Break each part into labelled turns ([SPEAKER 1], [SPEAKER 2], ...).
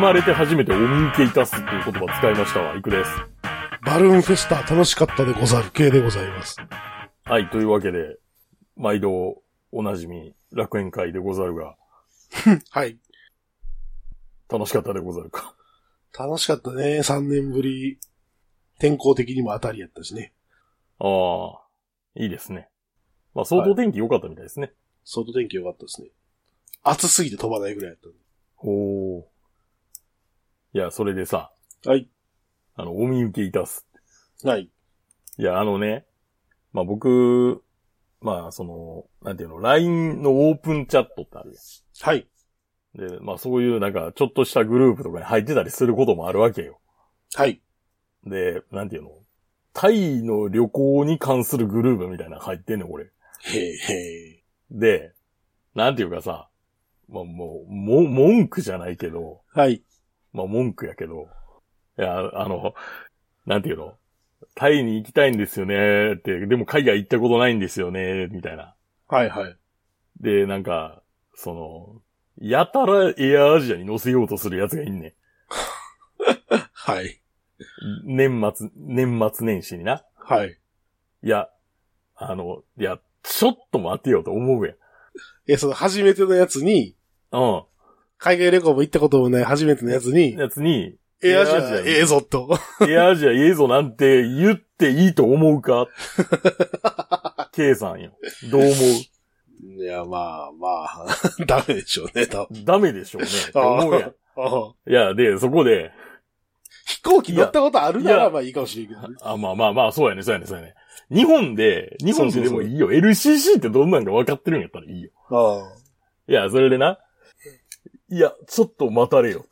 [SPEAKER 1] まれて初めてお見受けいたすっていう言葉使いましたわ。いくです。
[SPEAKER 2] バルーンフェスタ楽しかったでござる系でございます。
[SPEAKER 1] はい、というわけで、毎度おなじみ楽園会でござるが、
[SPEAKER 2] はい。
[SPEAKER 1] 楽しかったでござるか。
[SPEAKER 2] 楽しかったね。3年ぶり。天候的にも当たりやったしね。
[SPEAKER 1] ああ、いいですね。まあ、相当天気良かったみたいですね。
[SPEAKER 2] 相当天気良かったですね。暑すぎて飛ばないぐらいやったんで
[SPEAKER 1] ほう。いや、それでさ、
[SPEAKER 2] はい。
[SPEAKER 1] あの、お見受けいたす。
[SPEAKER 2] はい。
[SPEAKER 1] いや、あのね、まあ、僕、まあ、その、なんていうの、LINE のオープンチャットってある
[SPEAKER 2] はい。
[SPEAKER 1] やん。で、まあ、そういうなんか、ちょっとしたグループとかに入ってたりすることもあるわけよ。
[SPEAKER 2] はい。
[SPEAKER 1] で、なんていうの、タイの旅行に関するグループみたいなの入ってんねん、これ。
[SPEAKER 2] へえへ
[SPEAKER 1] で、なんていうかさ、まあ、もう、も、文句じゃないけど、
[SPEAKER 2] え。はい。
[SPEAKER 1] まあ、文句やけど、いや、あの、なんていうの、タイに行きたいんですよね、って、でも海外行ったことないんですよね、みたいな。
[SPEAKER 2] はいはい。
[SPEAKER 1] で、なんか、その、やたらエアアジアに乗せようとするやつがいんね
[SPEAKER 2] はい。
[SPEAKER 1] ん。年末、年末年始にな。
[SPEAKER 2] はい。
[SPEAKER 1] いや、あの、いや、ちょっと待てよと思うやん。
[SPEAKER 2] え、その初めてのやつに、
[SPEAKER 1] う
[SPEAKER 2] 海外旅行も行ったこともない初めてのやつに
[SPEAKER 1] ん。、やつに、
[SPEAKER 2] エアアジ
[SPEAKER 1] エアアジア
[SPEAKER 2] ア
[SPEAKER 1] に
[SPEAKER 2] ええぞと。
[SPEAKER 1] エアアジアええぞなんて言っていいと思うか K さんよ。どう思
[SPEAKER 2] いや、まあま あ、ダメでしょうね、多分
[SPEAKER 1] うダメでしょうね。って思うやん。
[SPEAKER 2] ああ
[SPEAKER 1] いや、で、そこで、
[SPEAKER 2] 飛行機乗ったことあるならばいいかもしれんけどね。
[SPEAKER 1] あ、まあまあまあ、そうやね、そうやね、そうやね。日本で、日本ででもいいよ。LCC ってどんなんか分かってるんやったらいいよ。
[SPEAKER 2] ああ
[SPEAKER 1] いや、それでな。いや、ちょっと待たれよ、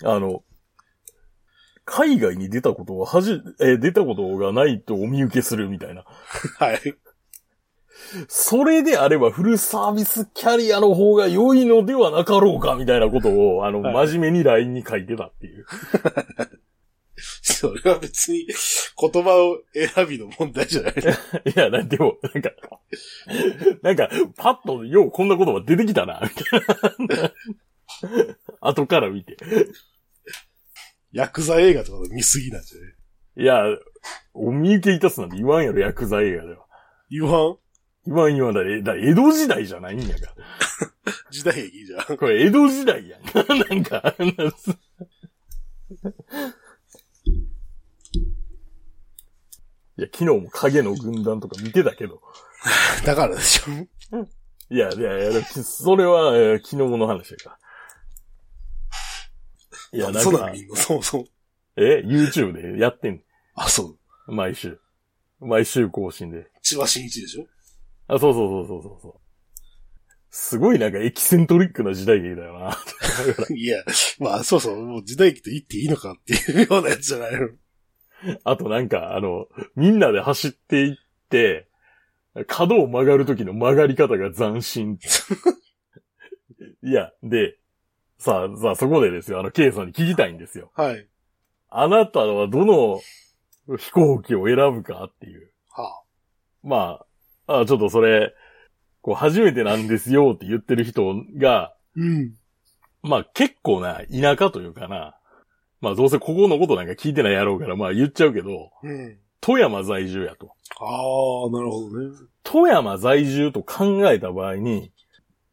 [SPEAKER 1] と。あの、海外に出たことは、はじ、えー出たことがないとお見受けするみたいな。
[SPEAKER 2] はい。
[SPEAKER 1] それであればフルサービスキャリアの方が良いのではなかろうか、みたいなことを、あの、
[SPEAKER 2] はい
[SPEAKER 1] 真面目に LINE に書いてたっていう。
[SPEAKER 2] それは別に言葉を選びの問題じゃない。
[SPEAKER 1] いや、なんでも、なんか、なんか、パッと、ようこんな言葉出てきたな、みたいな。後から見て。
[SPEAKER 2] ヤクザ映画とか見すぎなんじゃない
[SPEAKER 1] いや、お見受けいたすなんて言わんやろ、ヤクザ映画では。
[SPEAKER 2] 言わん
[SPEAKER 1] 言わん言わんだ、えだ江戸時代じゃないんやか
[SPEAKER 2] 時代劇じゃん。
[SPEAKER 1] ら。これ江戸時代やん。 なんか、あのすいや、昨日も影の軍団とか見てたけど。
[SPEAKER 2] だからでしょ。
[SPEAKER 1] いや、いや、いや、きそれは、えー昨日の話やから。いや、なん
[SPEAKER 2] そうな
[SPEAKER 1] か
[SPEAKER 2] の、みんな、そうそう。
[SPEAKER 1] え ?YouTube でやってん
[SPEAKER 2] あ、そう。
[SPEAKER 1] 毎週。毎週更新で。
[SPEAKER 2] 千葉真一でしょ
[SPEAKER 1] あ、そうそうそうそうそうそう。すごいなんかエキセントリックな時代劇だよな。
[SPEAKER 2] いや、まあそうそう、もう時代劇と言っていいのかっていうようなやつじゃないの。
[SPEAKER 1] あとなんか、あの、みんなで走っていって、角を曲がる時の曲がり方が斬新。いや、で、さあ、さあ、そこでですよ、あの、ケイさんに聞きたいんですよ。
[SPEAKER 2] はい。
[SPEAKER 1] あなたはどの飛行機を選ぶかっていう。
[SPEAKER 2] は
[SPEAKER 1] まあ、あちょっとそれ、こう、初めてなんですよって言ってる人が、
[SPEAKER 2] うん。
[SPEAKER 1] まあ結構な田舎というかな。まあどうせここのことなんか聞いてないやろうから、まあ言っちゃうけど、
[SPEAKER 2] うん。
[SPEAKER 1] 富山在住やと。
[SPEAKER 2] ああ、なるほどね。
[SPEAKER 1] 富山在住と考えた場合に、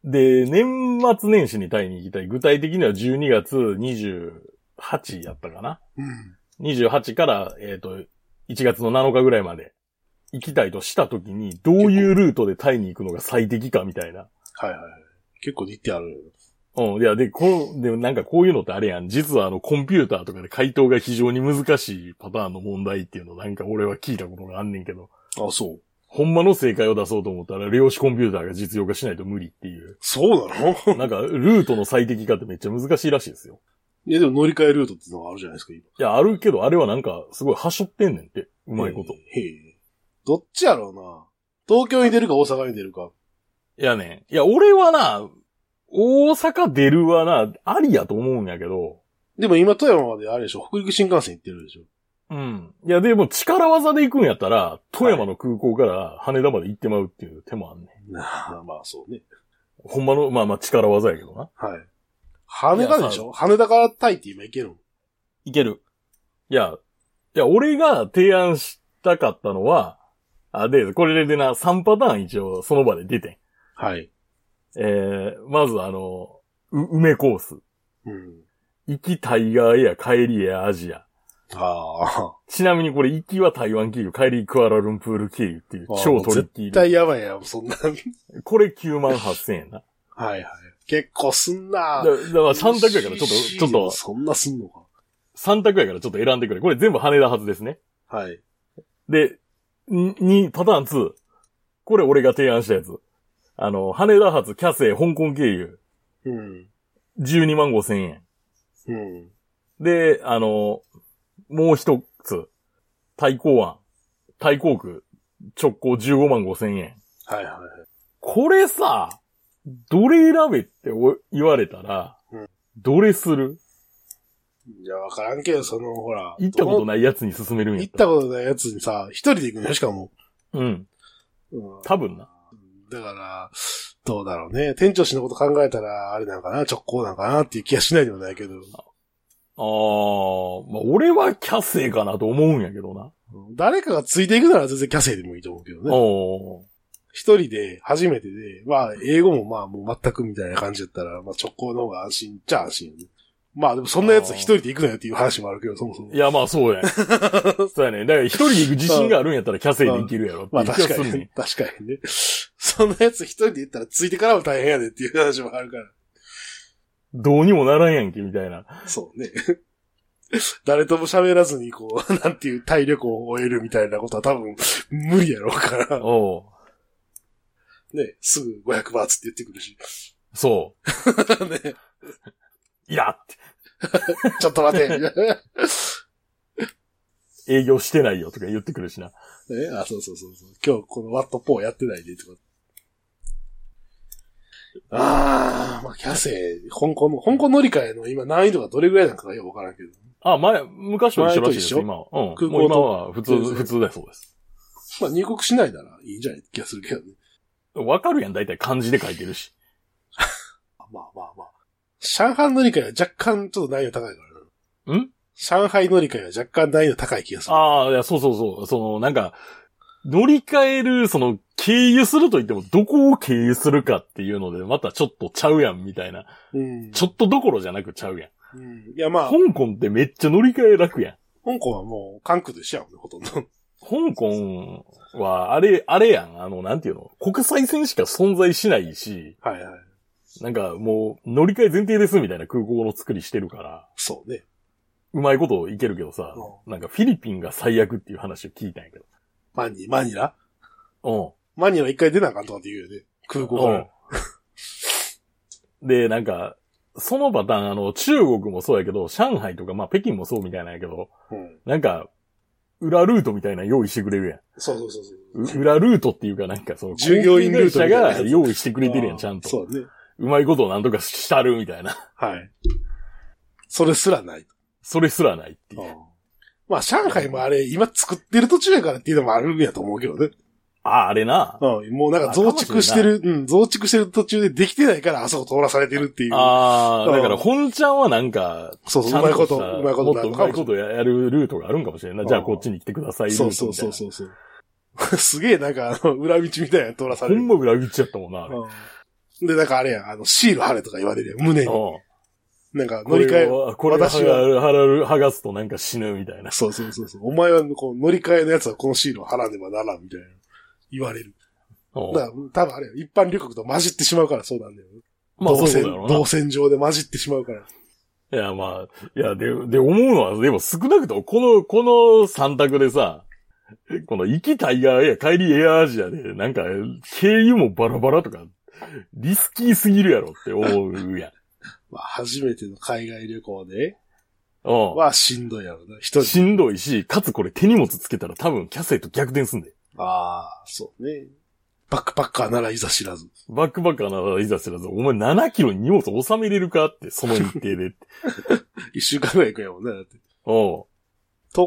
[SPEAKER 1] で、年末年始にタイに行きたい。具体的には12月28やったかな。
[SPEAKER 2] うん。
[SPEAKER 1] 28から、えっ、と、1月の7日ぐらいまで行きたいとしたときに、どういうルートでタイに行くのが最適かみたいな。
[SPEAKER 2] はいはいはい。結構日程あるよ。
[SPEAKER 1] うん。いや、で、こう、でもなんかこういうのってあれやん。実はあの、コンピューターとかで回答が非常に難しいパターンの問題っていうのなんか俺は聞いたことがあんねんけど、
[SPEAKER 2] あ、そう。
[SPEAKER 1] ほんまの正解を出そうと思ったら、量子コンピューターが実用化しないと無理って いう。
[SPEAKER 2] そうなの
[SPEAKER 1] なんか、ルートの最適化ってめっちゃ難しいらしいですよ。
[SPEAKER 2] いや、でも乗り換えルートってのがあるじゃないですか、今。
[SPEAKER 1] いや、あるけど、あれはなんか、すごい端折ってんねんって。う
[SPEAKER 2] う
[SPEAKER 1] まいこと。
[SPEAKER 2] へえ。どっちやろうな。東京に出るか大阪に出るか。
[SPEAKER 1] いやね、いや、俺はな、大阪出るはな、ありやと思うんやけど、
[SPEAKER 2] でも今富山まであれでしょ、北陸新幹線行ってるでしょ。
[SPEAKER 1] うん。いや、でも力技で行くんやったら、富山の空港から羽田まで行ってまうっていう手もあんねん。
[SPEAKER 2] なあ、まあそうね。
[SPEAKER 1] ほんまの、まあまあ力技やけどな。
[SPEAKER 2] はい。羽田でしょ羽田からタイって今行けるの
[SPEAKER 3] いける。
[SPEAKER 1] いや、いや、俺が提案したかったのは、あ、で、これでな、3パターン一応その場で出て
[SPEAKER 2] はい。
[SPEAKER 1] ん。えー、まずあの、う梅コース。
[SPEAKER 2] うん。
[SPEAKER 1] 行きタイガーエア、帰りエアアジア。
[SPEAKER 2] ああ。
[SPEAKER 1] ちなみにこれ行きは台湾経由、帰りクアラルンプール経由っていう
[SPEAKER 2] あー
[SPEAKER 1] 超トリッキー
[SPEAKER 2] 絶
[SPEAKER 1] で。
[SPEAKER 2] 対やばいやん、そんなん。
[SPEAKER 1] これ9万8000円な。
[SPEAKER 2] はいはい。結構すん
[SPEAKER 1] だだ
[SPEAKER 2] な
[SPEAKER 1] から3択やからちょっと、ちょっと、
[SPEAKER 2] そんなすんのか。
[SPEAKER 1] 3択やからちょっと選んでくれ。これ全部羽田発ですね。
[SPEAKER 2] はい。
[SPEAKER 1] で、に、パターン2。これ俺が提案したやつ。あの、羽田発、キャセイ、香港経由、
[SPEAKER 2] うん。
[SPEAKER 1] 12万5千円。
[SPEAKER 2] うん。
[SPEAKER 1] で、あの、もう一つ、対港湾、対航区、直行15万5千円。
[SPEAKER 2] はいはい。
[SPEAKER 1] これさ、どれ選べってお言われたら
[SPEAKER 2] うん、
[SPEAKER 1] どれする
[SPEAKER 2] じゃあわからんけど、その、ほら。
[SPEAKER 1] 行ったこと
[SPEAKER 2] な
[SPEAKER 1] な
[SPEAKER 2] い。
[SPEAKER 1] いやつに進めるんや
[SPEAKER 2] 行っ
[SPEAKER 1] った
[SPEAKER 2] たことないやつにさ、一人で行くのよ、しかも。
[SPEAKER 1] ら。うん。
[SPEAKER 2] うん
[SPEAKER 1] 多分な。
[SPEAKER 2] だから、どうだろうね。店長氏のこと考えたら、あれなんかな、直行なんかなっていう気がしないでもないけど。
[SPEAKER 1] あー、まあ、俺はキャセイかなと思うんやけどな。
[SPEAKER 2] 誰かがついていくなら全然キャセイでもいいと思うけどね。
[SPEAKER 1] おー。
[SPEAKER 2] 一人で、初めてで、まあ、英語もまあ、もう全くみたいな感じだったら、まあ、直行の方が安心っちゃ安心よね。まあ、でもそんなやつ一人で行くなよっていう話もあるけど、そもそも
[SPEAKER 1] い。や、まあそう やね。そうやね。だから一人で行く自信があるんやったらキャセイで行けるやろって
[SPEAKER 2] ま
[SPEAKER 1] い
[SPEAKER 2] あ、
[SPEAKER 1] う気が
[SPEAKER 2] 確か
[SPEAKER 1] す
[SPEAKER 2] に
[SPEAKER 1] る
[SPEAKER 2] ね
[SPEAKER 1] ね。。
[SPEAKER 2] 確かにね。そんなやつ一人で行ったら、ついてからも大変やでっていう話もあるから。
[SPEAKER 1] どうにもならんやんけ、みたいな。
[SPEAKER 2] そうね。 誰とも喋らずに、こう、 なんていう体力を終えるみたいなことは多分、無理やろうから、
[SPEAKER 1] おう
[SPEAKER 2] ね、すぐ500バーツって言ってくるし、
[SPEAKER 1] そう。
[SPEAKER 2] ね、
[SPEAKER 1] いやっ
[SPEAKER 2] ちょっと待て、みたいな ね、
[SPEAKER 1] て営業してないよとか言ってくるしな。
[SPEAKER 2] あ、そうそうそうそう。今日このワットポーやってないで、とか。ああ、まあ、キャセイ、香港の、香港乗り換えの今難易度がどれぐらいなのかがよくわからんけど。
[SPEAKER 1] あ、前、昔と一緒らしいです、
[SPEAKER 2] 前と一緒
[SPEAKER 1] 今は。うん。
[SPEAKER 2] 空港と
[SPEAKER 1] もう今は普通、
[SPEAKER 2] そうそう
[SPEAKER 1] 普通だそうです。
[SPEAKER 2] まあ、入国しないならいいんじゃない気がするけどね。
[SPEAKER 1] わかるやん、だいたい漢字で書いてるし。
[SPEAKER 2] まあまあまあ。上海乗り換えは若干ちょっと難易度高いからな。
[SPEAKER 1] ん
[SPEAKER 2] 上海乗り換えは若干難易度高い気がする。
[SPEAKER 1] ああ、いや、そうそうそう。その、なんか、乗り換える、その、経由すると言っても、どこを経由するかっていうので、またちょっとちゃうやん、みたいな。
[SPEAKER 2] うん。
[SPEAKER 1] ちょっとどころじゃなくちゃうやん。
[SPEAKER 2] うん。いやまあ、
[SPEAKER 1] 香港ってめっちゃ乗り換え楽やん。
[SPEAKER 2] 香港はもう関空と一緒やもんね、ほとんど。
[SPEAKER 1] 香港は、あれ、あれやん。あの、なんていうの国際線しか存在しないし、
[SPEAKER 2] はいはい。
[SPEAKER 1] なんかもう乗り換え前提ですみたいな空港の作りしてるから、
[SPEAKER 2] そうね。
[SPEAKER 1] うまいこといけるけどさ、
[SPEAKER 2] う
[SPEAKER 1] なんかフィリピンが最悪っていう話を聞いたんやけ
[SPEAKER 2] マニ、マニラ
[SPEAKER 1] ど。
[SPEAKER 2] マニラ一回出なあかんとかって言うよね。空
[SPEAKER 1] う
[SPEAKER 2] 港か
[SPEAKER 1] ん。う
[SPEAKER 2] ら
[SPEAKER 1] ん。。で、なんか、そのパターン、あの、中国もそうやけど、上海とか、まあ、北京もそうみたいなんやけど、
[SPEAKER 2] うん。
[SPEAKER 1] なんか、裏ルートみたいなの用意してくれるやん。
[SPEAKER 2] そうそうそうそう
[SPEAKER 1] 裏ルートっていうかなんか、その、
[SPEAKER 2] 従業員ルートみた
[SPEAKER 1] 航空会
[SPEAKER 2] いな
[SPEAKER 1] 社が用意してくれてるやん、ちゃん
[SPEAKER 2] そ
[SPEAKER 1] と。
[SPEAKER 2] うね。
[SPEAKER 1] うまいことをなんとかしたる、みたいな。
[SPEAKER 2] はい。それすらない。
[SPEAKER 1] それすらないっていう。
[SPEAKER 2] まあ、上海もあれ、今作ってる途中やからっていうのもあるんやと思うけどね。
[SPEAKER 1] あ、あれな。
[SPEAKER 2] うん、もうなんか増築してる、うん、増築してる途中でできてないからあそこ通らされてるっていう。
[SPEAKER 1] あ
[SPEAKER 2] う
[SPEAKER 1] あ、
[SPEAKER 2] ん
[SPEAKER 1] だから、本ちゃんはなんか、
[SPEAKER 2] そうそう
[SPEAKER 1] ちゃんした
[SPEAKER 2] うまいことうまいこと
[SPEAKER 1] もっとうまいことややるルートがあるんかもしれんな
[SPEAKER 2] う
[SPEAKER 1] い。
[SPEAKER 2] ん
[SPEAKER 1] じゃあ、こっちに来てください。
[SPEAKER 2] そうそうそう
[SPEAKER 1] う。
[SPEAKER 2] そうそう。 すげえなんかあの、裏道みたいなの通らさ
[SPEAKER 1] ほ
[SPEAKER 2] れ
[SPEAKER 1] ん
[SPEAKER 2] る。
[SPEAKER 1] ま裏口やったもんな、あれ。うん。
[SPEAKER 2] うんで、なんかあれやん、あの、シール貼れとか言われるやん、胸に。
[SPEAKER 1] こ
[SPEAKER 2] なんか乗り換
[SPEAKER 1] れ
[SPEAKER 2] え。
[SPEAKER 1] を、これを
[SPEAKER 2] 私
[SPEAKER 1] 剥
[SPEAKER 2] は
[SPEAKER 1] がる剥がる剥がすとなんか死ぬみたい な。
[SPEAKER 2] そうそうそうそう。お前はこう乗り換えのやつはこのシールを貼らねばならんみたいな。言われる。
[SPEAKER 1] うん
[SPEAKER 2] だから、多分あれよ一般旅客と混じってしまうからそうなんだよ。
[SPEAKER 1] まあ、そういうこと
[SPEAKER 2] 動線
[SPEAKER 1] だろ、うな
[SPEAKER 2] 動線上で混じってしまうから。
[SPEAKER 1] いや、まあ、いや、で、で、思うのは、でも少なくとも、この、この三択でさ、この行きタイガーエア、帰りエアアジアで、なんか、経由もバラバラとか、リスキーすぎるやろって思う やん。
[SPEAKER 2] まあ、初めての海外旅行で
[SPEAKER 1] う
[SPEAKER 2] はしんどいやろな。一人
[SPEAKER 1] ん。しんどいし、かつこれ手荷物つけたら多分キャセイと逆転すんで。
[SPEAKER 2] ああ、そうね。バックパッカーならいざ知らず。
[SPEAKER 1] バックバッカーならいざ知らず、お前7キロに荷物収めれるかって、その日程 で。
[SPEAKER 2] 一週間ぐらい行くやもんね。だって
[SPEAKER 1] う
[SPEAKER 2] 10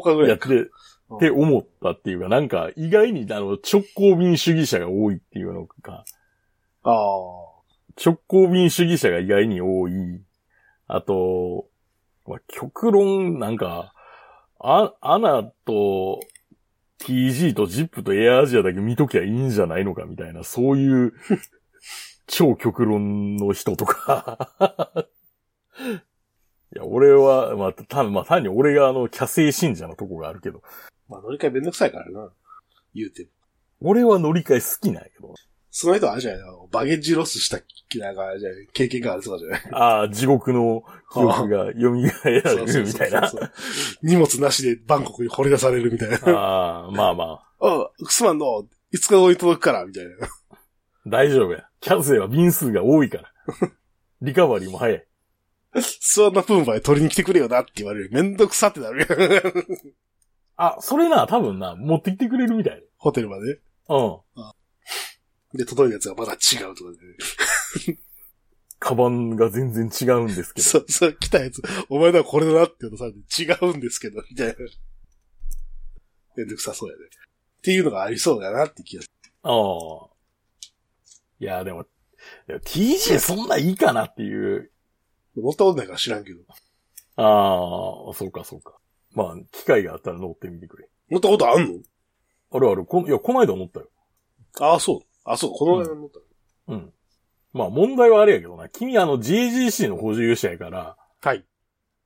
[SPEAKER 2] 日ぐ
[SPEAKER 1] ん。
[SPEAKER 2] ら
[SPEAKER 1] や
[SPEAKER 2] い
[SPEAKER 1] って
[SPEAKER 2] 行く。、
[SPEAKER 1] って思ったっていうか、なんか、意外に、あの、直行便主義者が多いっていうのか、
[SPEAKER 2] ああ。
[SPEAKER 1] 直行便主義者が意外に多い。あと、まあ、極論、なんか、あ、アナと TG と ZIP とエアアジアだけ見ときゃいいんじゃないのかみたいな、そういう超極論の人とか。 いや、俺は、まあ、たまあ、単に俺があの、キャセイ信者のとこがあるけど、
[SPEAKER 2] まあ乗り換えめんどくさいからな。言うても。
[SPEAKER 1] 俺は乗り換え好きなんやけ ど。
[SPEAKER 2] その人はあれじゃないのバゲージロスしたきなんかあれじゃない経験があるとかじゃない
[SPEAKER 1] ああ、地獄の記憶が蘇られるみたいな。
[SPEAKER 2] そうそうそう荷物なしでバンコクに掘り出されるみたいな。
[SPEAKER 1] ああ、まあまあ。
[SPEAKER 2] あ、すまんの、いつか後に届くから、みたいな。
[SPEAKER 1] 大丈夫や。キャンセルは便数が多い から。リカバリーも早い。
[SPEAKER 2] そんなプンバイ取りに来てくれよなって言われる。めんどくさってなるやん
[SPEAKER 1] あ、それな、多分な、持ってきてくれるみたい。
[SPEAKER 2] ホテルまで。
[SPEAKER 1] うん。
[SPEAKER 2] で、届いたやつがまだ違うとかね。
[SPEAKER 1] カバンが全然違うんですけど。
[SPEAKER 2] そう、そう、来たやつ、お前のはこれだなって言うとされて、違うんですけど、みたいな。めんどくさそうやね。っていうのがありそうだなって気がする。
[SPEAKER 1] ああ。いや、でも、でも TJ そんないいかなっていう。
[SPEAKER 2] 乗ったことないから知らんけど。
[SPEAKER 1] ああ、そうかそうか。まあ、機会があったら乗ってみてくれ。
[SPEAKER 2] 乗ったことあんの
[SPEAKER 1] あるある、こんいや、こないだ乗ったよ。
[SPEAKER 2] ああ、そう。あ、そう、この間乗った。
[SPEAKER 1] うん。まあ、問題はあれやけどな。君あの JGC の補充者やから、
[SPEAKER 2] はい。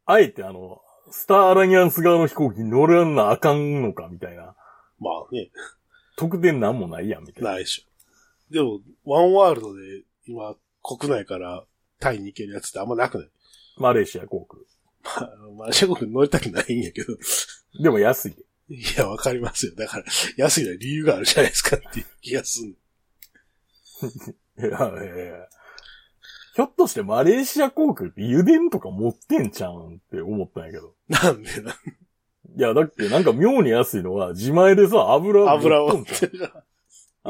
[SPEAKER 1] あえてあの、スターアライアンス側の飛行機に乗らんなあかんのか、みたいな。
[SPEAKER 2] まあね、
[SPEAKER 1] 特典なんもないやん、みたいな。
[SPEAKER 2] ないでしょ。でも、ワンワールドで、今、国内からタイに行けるやつってあんまなくない
[SPEAKER 1] マレーシア航空。
[SPEAKER 2] まあ、まあ、シャコ君乗りたくないんやけど。
[SPEAKER 1] でも安いで。
[SPEAKER 2] いや、わかりますよ。だから、安いのは理由があるじゃないですかっていう気がする。
[SPEAKER 1] いやいやいやひょっとしてマレーシア航空って油田とか持ってんちゃうんって思ったんやけど。
[SPEAKER 2] なんでな。
[SPEAKER 1] いや、だってなんか妙に安いのは自前でさ、油
[SPEAKER 2] 油
[SPEAKER 1] ぶっ
[SPEAKER 2] を
[SPEAKER 1] 飛んじゃう。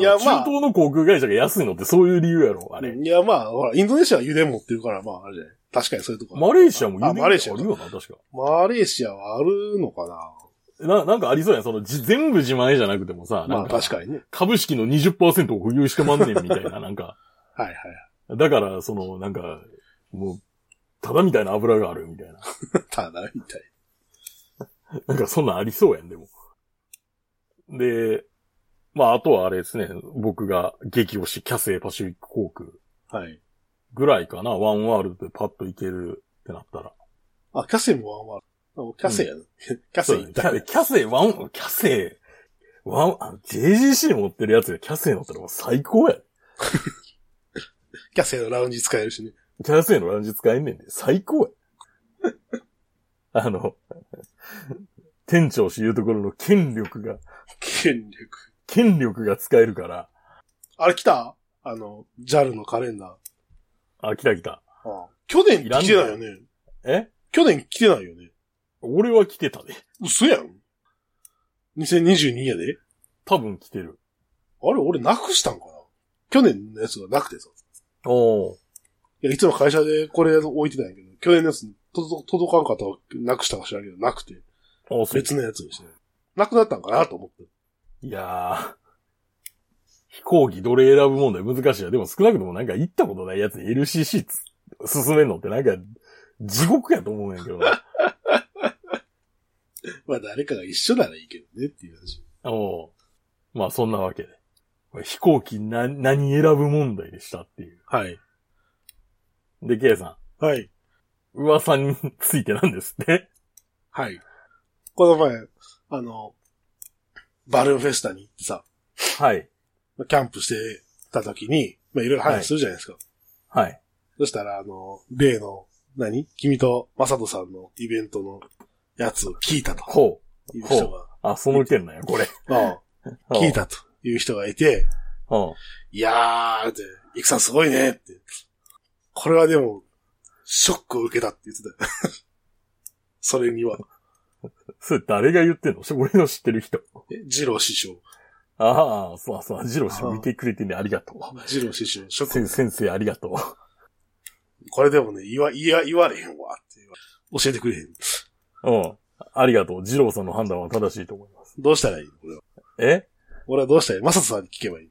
[SPEAKER 2] いや
[SPEAKER 1] あの
[SPEAKER 2] まあ
[SPEAKER 1] 中東の航空会社が安いのってそういう理由やろ、あれ。
[SPEAKER 2] いや、まあ、ほら、インドネシアは油田持ってるから、まあ、あれじゃない。確かにそういうとこある
[SPEAKER 1] マレーシアも油
[SPEAKER 2] あマレー
[SPEAKER 1] 田
[SPEAKER 2] シ
[SPEAKER 1] と
[SPEAKER 2] ア
[SPEAKER 1] かあるよな、確か。
[SPEAKER 2] マレーシアはあるのかな
[SPEAKER 1] な、なんかありそうやん。その、じ全部自前じゃなくてもさ、
[SPEAKER 2] ま
[SPEAKER 1] な
[SPEAKER 2] あ、
[SPEAKER 1] ん
[SPEAKER 2] 確かにね。
[SPEAKER 1] 株式の20%を保有してまんねんみたいな、なん か。
[SPEAKER 2] はいはい。
[SPEAKER 1] だから、その、なんか、もう、ただみたいな油があるみたいな。
[SPEAKER 2] ただ、みたい。
[SPEAKER 1] なんかそんなんありそうやん、でも。で、まあ、あとはあれですね、僕が激推し、キャセイパシフィック航空
[SPEAKER 2] はい。
[SPEAKER 1] ぐらいかな、ワンワールドでパッと行けるってなったら。
[SPEAKER 2] あ、キャセイもワンワールド。あキャセイやな。キャセイ行っ
[SPEAKER 1] キ
[SPEAKER 2] た
[SPEAKER 1] ャキャセイ、ワン、キャセイ、ワン、あの JGC 持ってるやつがキャセイ乗ったらもう最高や。
[SPEAKER 2] キャセイのラウンジ使えるしね。
[SPEAKER 1] キャセイのランジ使えんねんで、最高や。あの、店長氏言うところの権力が、
[SPEAKER 2] 権力。
[SPEAKER 1] 権力が使えるから、
[SPEAKER 2] あれ来たあの、JAL のカレンダー。
[SPEAKER 1] あ、来た来た。
[SPEAKER 2] あ去年来てないよね。
[SPEAKER 1] え
[SPEAKER 2] 去年来てないよね。
[SPEAKER 1] 俺は来てたで。
[SPEAKER 2] 嘘やん。2022やで。
[SPEAKER 1] 多分来てる。
[SPEAKER 2] あれ、俺なくしたんかな去年のやつがなくてさ。
[SPEAKER 1] お
[SPEAKER 2] いや、いつも会社でこれ置いてたんやけど、去年のやつとど届かんかったわなくしたか知らんけど、なくて、
[SPEAKER 1] おそう。
[SPEAKER 2] 別のやつにして。なくなったんかなと思って。
[SPEAKER 1] いやー。飛行機どれ選ぶ問題難しいや。でも少なくともなんか行ったことないやつに LCC つ進めんのってなんか地獄やと思うんやけどな。
[SPEAKER 2] まあ、誰かが一緒ならいいけどねっていう話。
[SPEAKER 1] おまあそんなわけで。これ飛行機な、何選ぶ問題でしたっていう。
[SPEAKER 2] はい。
[SPEAKER 1] で、ケイさ
[SPEAKER 2] はい。
[SPEAKER 1] ん、噂に ついてなんですって。
[SPEAKER 2] はい。この前、あの、バルーンフェスタに行ってさ、
[SPEAKER 1] はい。
[SPEAKER 2] キャンプしてた時に、まあ、いろいろ話するじゃないですか。
[SPEAKER 1] はい。
[SPEAKER 2] そしたら、あの、例の、何君とマサトさんのイベントのやつを聞いたと
[SPEAKER 1] こう。
[SPEAKER 2] いう人が、
[SPEAKER 1] あ、その件なんや、これ。
[SPEAKER 2] ああ聞い。たという人がいて、
[SPEAKER 1] うん。
[SPEAKER 2] いやーって、イクさんすごいねって。これはでも、ショックを受けたって言ってたよ。 それには、
[SPEAKER 1] それ誰が言ってんの俺の知ってる人。
[SPEAKER 2] え二郎師匠。
[SPEAKER 1] ああ、そうそう、ジロー氏見てくれてね、ありがとう。
[SPEAKER 2] 二郎師匠、ショック。
[SPEAKER 1] 先先生、ありがとう。
[SPEAKER 2] これでもね、言わ、言わ、言われへんわって言わ教えてくれへん。
[SPEAKER 1] うん。ありがとう。二郎さんの判断は正しいと思います。
[SPEAKER 2] どうしたらいいの俺は。
[SPEAKER 1] え
[SPEAKER 2] 俺はどうしたらいいマサトさんに聞けばい い。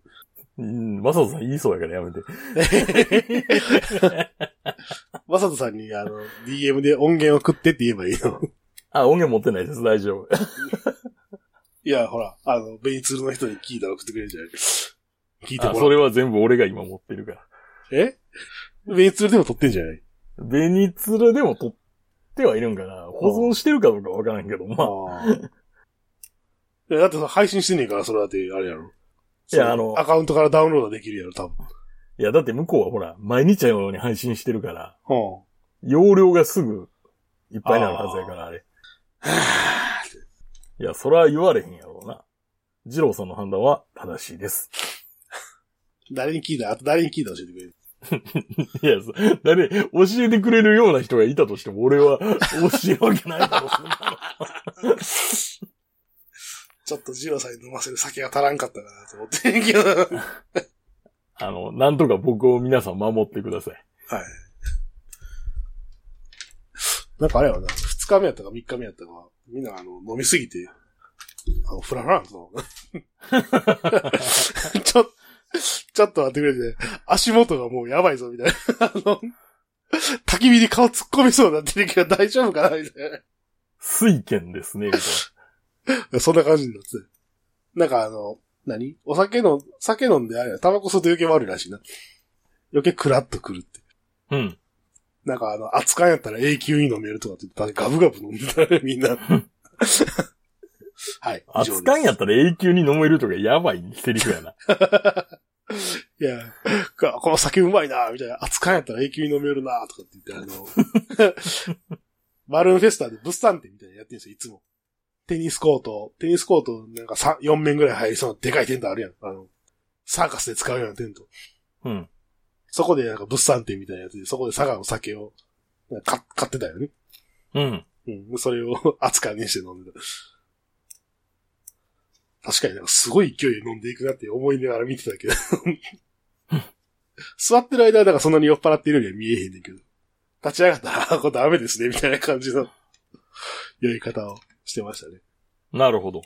[SPEAKER 1] うん、まさとさん言いそうやからやめて。
[SPEAKER 2] わさとさんに、あの、DM で音源送ってって言えばいいの。
[SPEAKER 1] あ、音源持ってないです。大丈夫。
[SPEAKER 2] いや、ほら、あの、ベニツールの人に聞いたら送ってくれるじゃない聞いて
[SPEAKER 1] あ
[SPEAKER 2] も
[SPEAKER 1] そ
[SPEAKER 2] ら
[SPEAKER 1] れ
[SPEAKER 2] う。
[SPEAKER 1] は全部俺が今持ってるから。
[SPEAKER 2] えベニツールでも撮ってんじゃない
[SPEAKER 1] ベニツルでも撮ってはいるんかな。保存してるかどうかわからんけど、まあ。
[SPEAKER 2] あー。いや、だってさ配信してんねえから、それだって、あれやろ。
[SPEAKER 1] いや
[SPEAKER 2] そ
[SPEAKER 1] あの
[SPEAKER 2] アカウントからダウンロードできるやろ、多
[SPEAKER 1] いや、だって向こうはほら、毎日のように配信してるから、
[SPEAKER 2] 分。うん。
[SPEAKER 1] 容量がすぐいっぱいになるはずやから、あれ。いや、それは言われへんやろうな。二郎さんの判断は正しいです。
[SPEAKER 2] 誰に聞いたあと誰に聞いた教えてくれる。
[SPEAKER 1] いや、そ誰、教えてくれるような人がいたとしても、俺は教えるわけないだろ、そんなの
[SPEAKER 2] ちょっとジローさんに飲ませる酒が足らんかったかなと思ってんけど。は
[SPEAKER 1] あの、なんとか僕を皆さん守ってください。
[SPEAKER 2] い。 なんかあれやろな、二日目やったか三日目やったか、みんなあの、飲みすぎて、あの、フラフランと。ちょ、ちょっと待ってくれて、足元がもうやばいぞ、みたいな。あの、焚き火に顔突っ込みそうになってるけど大丈夫かなみたいな。
[SPEAKER 1] 水剣です ね、みたいな。
[SPEAKER 2] そんな感じになってた。なんかあの、何お酒の、酒飲んであれや、タバコ吸うと余計悪いらしいな。余計クラッとくるって。
[SPEAKER 1] うん。
[SPEAKER 2] なんかあの、熱燗やったら永久に飲めるとかって言って、ガブガブ飲んでたね、み んな。はい。以上です
[SPEAKER 1] 扱燗やったら永久に飲めるとかやばいセリフやな。
[SPEAKER 2] いや、ここの酒うまいな、みたいな。熱燗やったら永久に飲めるな、とかって言って、あの、 バルーンフェスタで物産展みたいなのやってるんですよ、いつも。テニスコート、テニスコートなんかさ4面ぐらい入りそうなでかいテントあるやん。あの、サーカスで使うようなテント。
[SPEAKER 1] うん。
[SPEAKER 2] そこでなんか物産展みたいなやつで、そこで佐賀の酒をなんか買買ってたよね。
[SPEAKER 1] うん。
[SPEAKER 2] うん。それを 熱燗にして飲んでた。確かになんかすごい勢いで飲んでいくなって思いながら見てたけど。座ってる間はなんかそんなに酔っ払っているようには見えへんねんけど。立ち上がったら、あこれダメですね、みたいな感じの酔い方をしてましたね。
[SPEAKER 1] なるほど。